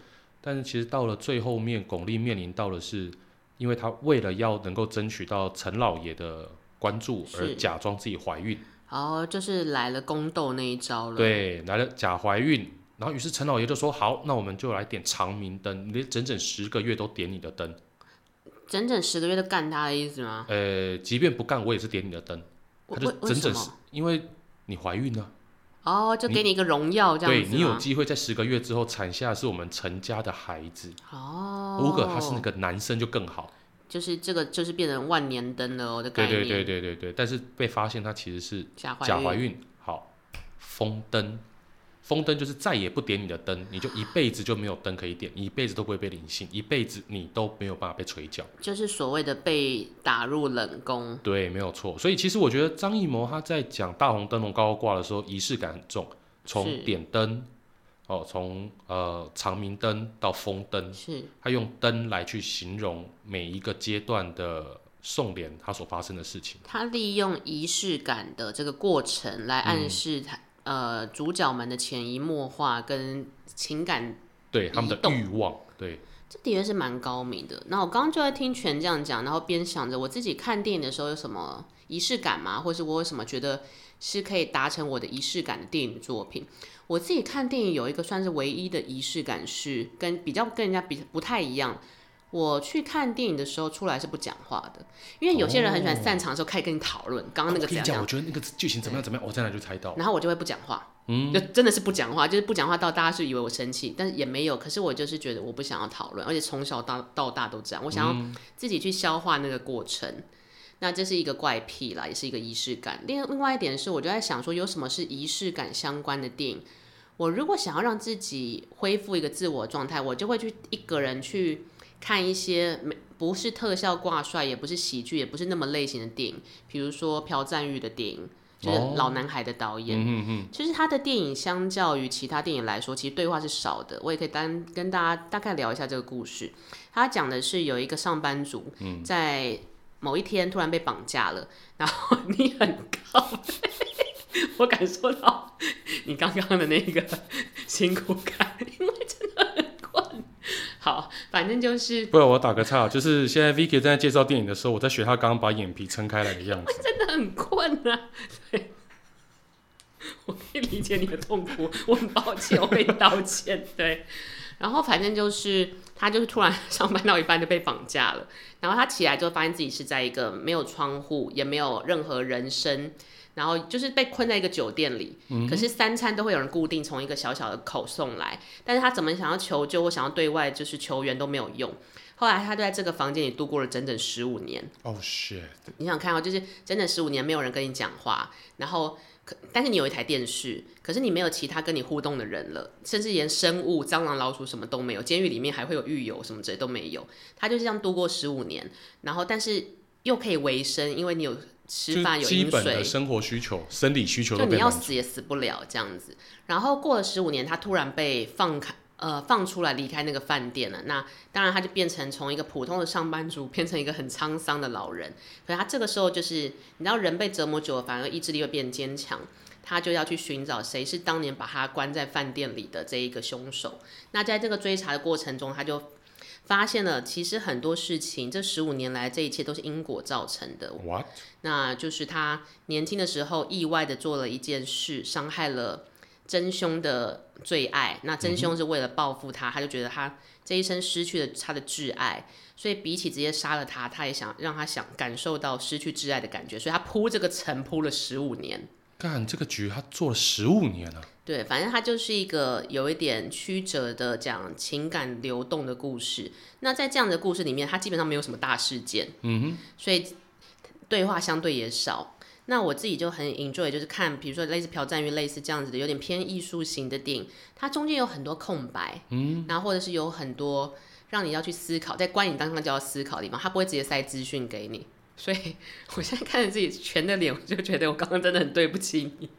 Speaker 1: 但是其实到了最后面，巩俐面临到的是，因为她为了要能够争取到陈老爷的关注，而
Speaker 2: 是
Speaker 1: 假装自己怀孕。
Speaker 2: 然后就是来了宫斗那一招了。，
Speaker 1: 对，来了假怀孕，然后于是陈老爷就说：“好，那我们就来点长明灯，你整整十个月都点你的灯，
Speaker 2: 整整十个月都干他的意思吗？
Speaker 1: 呃，即便不干我也是点你的灯。”他
Speaker 2: 为
Speaker 1: 就
Speaker 2: 为啊为
Speaker 1: 整
Speaker 2: 什
Speaker 1: 整十
Speaker 2: 么？，
Speaker 1: 因为你怀孕了、
Speaker 2: 哦，就
Speaker 1: 你
Speaker 2: 给你一个荣耀这样
Speaker 1: 对
Speaker 2: 子
Speaker 1: 你有
Speaker 2: 吗
Speaker 1: 机会在十个月之后产下的是我们陈家的孩子。
Speaker 2: 哦，
Speaker 1: 如果他是那个男生就更好。
Speaker 2: 就是这个就是变成万年灯了哦的概
Speaker 1: 对
Speaker 2: 念。
Speaker 1: 对对对对对，但是被发现他其实是
Speaker 2: 假怀
Speaker 1: 假怀
Speaker 2: 孕。
Speaker 1: 孕。好，封灯，封灯就是再也不点你的灯，你就一辈子就没有灯可以点，你一辈子都不会被灵性，一辈子你都没有办法被垂脚。
Speaker 2: 就是所谓的被打入冷宫，
Speaker 1: 对，没有错。所以其实我觉得张艺谋他在讲大红灯笼高高挂的时候，仪式感很重，从
Speaker 2: 是
Speaker 1: 点灯，哦，从呃长明灯到风灯，
Speaker 2: 是
Speaker 1: 他用灯来去形容每一个阶段的送联它所发生的事情。
Speaker 2: 他利用仪式感的这个过程来
Speaker 1: 嗯
Speaker 2: 暗示他、呃主角们的潜移默化跟情感，
Speaker 1: 对他们
Speaker 2: 移
Speaker 1: 的
Speaker 2: 动
Speaker 1: 欲望，对，
Speaker 2: 这的确是蛮高明的。那我刚刚就在听全这样讲，然后边想着我自己看电影的时候有什么仪式感吗？或是我有什么觉得是可以达成我的仪式感的电影作品？我自己看电影有一个算是唯一的仪式感是跟比较跟人家比不太一样。我去看电影的时候出来是不讲话的，因为有些人很喜欢散场的时候开始跟你讨论刚刚那个
Speaker 1: 哦我
Speaker 2: 怎
Speaker 1: 跟你
Speaker 2: 样怎
Speaker 1: 讲，我
Speaker 2: 样，
Speaker 1: 觉得那个剧情怎么样怎么样，我在哪就猜到。
Speaker 2: 然后我就会不讲话，
Speaker 1: 嗯，
Speaker 2: 就真的是不讲话，就是不讲话到大家是以为我生气，但是也没有。可是我就是觉得我不想要讨论，而且从小到到大都这样，我想要自己去消化那个过程。那这是一个怪癖啦，也是一个仪式感。另另外一点是，我就在想说，有什么是仪式感相关的电影？我如果想要让自己恢复一个自我状态，我就会去一个人去看一些没不是特效挂帅，也不是喜剧，也不是那么类型的电影，比如说朴赞玉的电影，就是
Speaker 1: 哦
Speaker 2: 《老男孩》的导演。
Speaker 1: 嗯嗯
Speaker 2: 其实他的电影相较于其他电影来说，其实对话是少的。我也可以单跟大家大概聊一下这个故事。他讲的是有一个上班族，在某一天突然被绑架了，然后 [LAUGHS] 你很高背，我感受到你刚刚的那个 [LAUGHS] 辛苦感，因为真的很困。好，反正就是
Speaker 1: 嗯，不然我打个岔，就是现在 Vicky 在介绍电影的时候，我在学他刚刚把眼皮撑开来的样子。
Speaker 2: [LAUGHS] 真的很困啊。对，我可以理解你的痛苦，我很抱歉，我会道歉。 [LAUGHS] 对，然后反正就是他就是突然上班到一半就被绑架了，然后他起来就发现自己是在一个没有窗户，也没有任何人声。然后就是被困在一个酒店里，可是三餐都会有人固定从一个小小的口送来，但是他怎么想要求救或想要对外就是求援都没有用，后来他就在这个房间里度过了整整十五年。
Speaker 1: 哦、shit，
Speaker 2: 你想看哦，就是整整十五年没有人跟你讲话，然后可但是你有一台电视，可是你没有其他跟你互动的人了，甚至连生物、蟑螂、老鼠什么都没有。监狱里面还会有狱友什么之类都没有，他就是这样度过十五年，然后但是又可以维生，因为你有吃饭
Speaker 1: 就是
Speaker 2: 有
Speaker 1: 基
Speaker 2: 饮
Speaker 1: 本
Speaker 2: 水
Speaker 1: 的，生活需求、生理需求
Speaker 2: 就
Speaker 1: 都
Speaker 2: 你
Speaker 1: 被
Speaker 2: 要
Speaker 1: 满足。
Speaker 2: 死也死不了这样子。然后过了十五年，他突然被放开，呃，放出来离开那个饭店了。那当然，他就变成从一个普通的上班族变成一个很沧桑的老人。可是他这个时候就是，你知道，人被折磨久了，反而意志力会变坚强。他就要去寻找谁是当年把他关在饭店里的这一个凶手。那在这个追查的过程中，他就发现了，其实很多事情，这十五年来，这一切都是因果造成的。
Speaker 1: What？
Speaker 2: 那就是他年轻的时候意外的做了一件事，伤害了真凶的最爱。那真凶是为了报复他，他就觉得他这一生失去了他的挚爱，所以比起直接杀了他，他也想让他想感受到失去挚爱的感觉，所以他铺这个城铺了十五年。
Speaker 1: 干这个局他做了十五年啊了、
Speaker 2: 对，反正它就是一个有一点曲折的讲情感流动的故事。那在这样的故事里面，它基本上没有什么大事件，嗯哼，所以对话相对也少。那我自己就很 enjoy，就是看比如说类似朴赞玉类似这样子的有点偏艺术型的电影，它中间有很多空白，嗯，然后或者是有很多让你要去思考，在观影当中就要思考的地方，它不会直接塞资讯给你。所以 [LAUGHS] 我现在看着自己全的脸，我就觉得我刚刚真的很对不起你，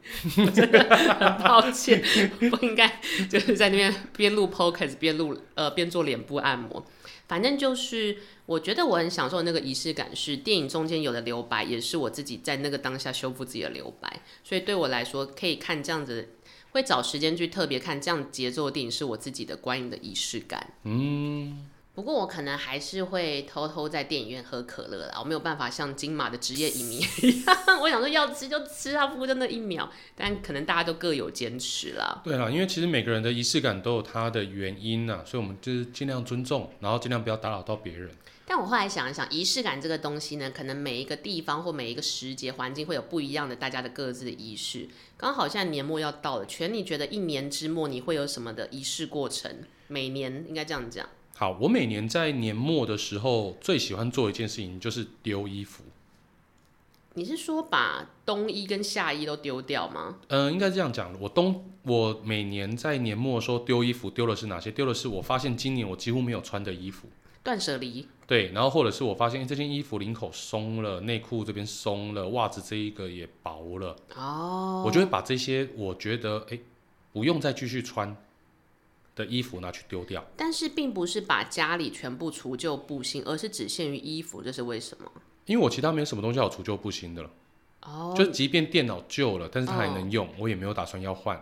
Speaker 2: 我真的很 [LAUGHS] 抱歉，不应该就是在那边边录 podcast 边录呃边做脸部按摩。反正就是我觉得我很享受那个仪式感是，电影中间有的留白，也是我自己在那个当下修复自己的留白。所以对我来说，可以看这样子，会找时间去特别看这样节奏的电影，是我自己的观影的仪式感。
Speaker 1: 嗯，
Speaker 2: 不过我可能还是会偷偷在电影院喝可乐啦，我没有办法像金马的职业影迷一样， [LAUGHS] 我想说要吃就吃啊，不争那一秒。但可能大家都各有坚持啦。
Speaker 1: 对啦，因为其实每个人的仪式感都有它的原因呐、所以我们就是尽量尊重，然后尽量不要打扰到别人。
Speaker 2: 但我后来想一想，仪式感这个东西呢，可能每一个地方或每一个时节环境会有不一样的大家的各自的仪式。刚好现在年末要到了，全你觉得一年之末你会有什么的仪式过程？每年应该这样讲，
Speaker 1: 好，我每年在年末的时候最喜欢做一件事情就是丢衣服。
Speaker 2: 你是说把冬衣跟夏衣都丢掉吗？
Speaker 1: 嗯、应该这样讲，我冬我每年在年末的时候丢衣服，丢的是哪些？丢的是我发现今年我几乎没有穿的衣服。
Speaker 2: 断舍离。
Speaker 1: 对，然后或者是我发现、诶这件衣服领口松了，内裤这边松了，袜子这一个也薄了，
Speaker 2: 哦，
Speaker 1: 我就会把这些我觉得哎、诶不用再继续穿的衣服拿去丢掉。
Speaker 2: 但是并不是把家里全部除旧布新，而是只限于衣服，这是为什么？
Speaker 1: 因为我其他没有什么东西好除旧布新的了，
Speaker 2: 哦
Speaker 1: 就即便电脑旧了，但是它还能用，我也没有打算要换。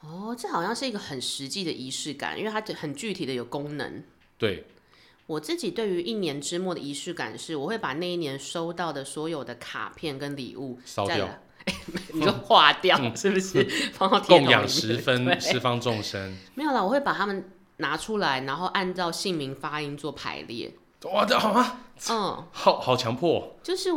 Speaker 2: 哦，这好像是一个很实际的仪式感，因为它很具体的有功能。
Speaker 1: 对，
Speaker 2: 我自己对于一年之末的仪式感是，我会把那一年收到的所有的卡片跟礼物
Speaker 1: 烧
Speaker 2: 再
Speaker 1: 掉嗯
Speaker 2: 来， [LAUGHS] 你就化掉、是不是？放到铁
Speaker 1: 供
Speaker 2: 桶
Speaker 1: 养
Speaker 2: 里
Speaker 1: 十
Speaker 2: 面
Speaker 1: 分，
Speaker 2: 对
Speaker 1: 十方众生。
Speaker 2: 没有啦，我会把它们拿出来，然后按照姓名发音做排列。
Speaker 1: 哇，这好吗？
Speaker 2: 嗯，
Speaker 1: 好好强迫哦。
Speaker 2: 就是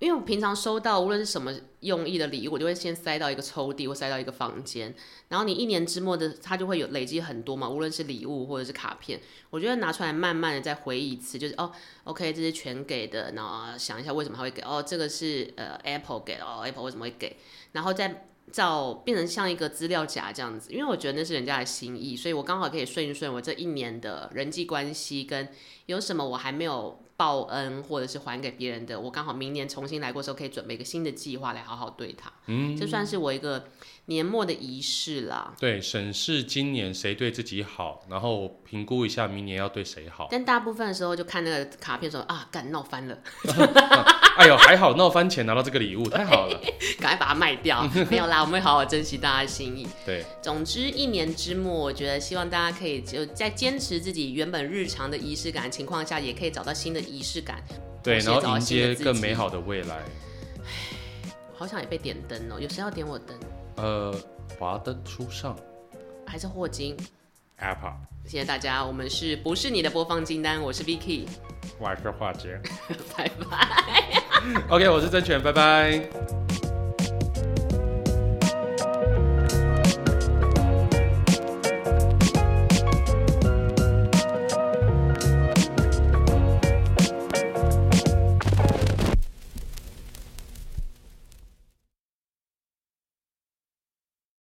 Speaker 2: 因为我平常收到无论是什么用意的礼物，我就会先塞到一个抽屉或塞到一个房间，然后你一年之末的它就会有累积很多嘛，无论是礼物或者是卡片，我就会拿出来慢慢的再回忆一次，就是哦，OK，这是全给的，然后想一下为什么他会给，哦，这个是呃 Apple 给的，哦 Apple 为什么会给，然后再。照变成像一个资料夹这样子，因为我觉得那是人家的心意，所以我刚好可以顺一顺我这一年的人际关系跟有什么我还没有报恩或者是还给别人的，我刚好明年重新来过的时候，可以准备一个新的计划来好好对他。嗯，这算是我一个年末的仪式啦。
Speaker 1: 对，审视今年谁对自己好，然后评估一下明年要对谁好。 [LAUGHS]
Speaker 2: 但大部分的时候就看那个卡片说啊，干闹翻了，
Speaker 1: 哎呦，还好闹翻钱拿到这个礼物，太好了。
Speaker 2: 赶快把它卖掉。没有啦，我们会好好珍惜大家的心意。
Speaker 1: 对，
Speaker 2: 总之，一年之末，我觉得希望大家可以就在坚持自己原本日常的仪式感的情况下，也可以找到新的仪式感。
Speaker 1: 对，
Speaker 2: 同时
Speaker 1: 然
Speaker 2: 找
Speaker 1: 后
Speaker 2: 到
Speaker 1: 迎
Speaker 2: 新的
Speaker 1: 接
Speaker 2: 自
Speaker 1: 更
Speaker 2: 己
Speaker 1: 美好的未来。
Speaker 2: 好想也被点灯哦，有谁要点我灯？
Speaker 1: 呃，华灯初上
Speaker 2: 还是霍金？
Speaker 1: ，Apple，
Speaker 2: 谢谢大家，我们是不是你的播放清单？我是 Vicky，
Speaker 1: [LAUGHS] 我是华杰。
Speaker 2: 拜拜。
Speaker 1: OK，我是曾权，拜拜。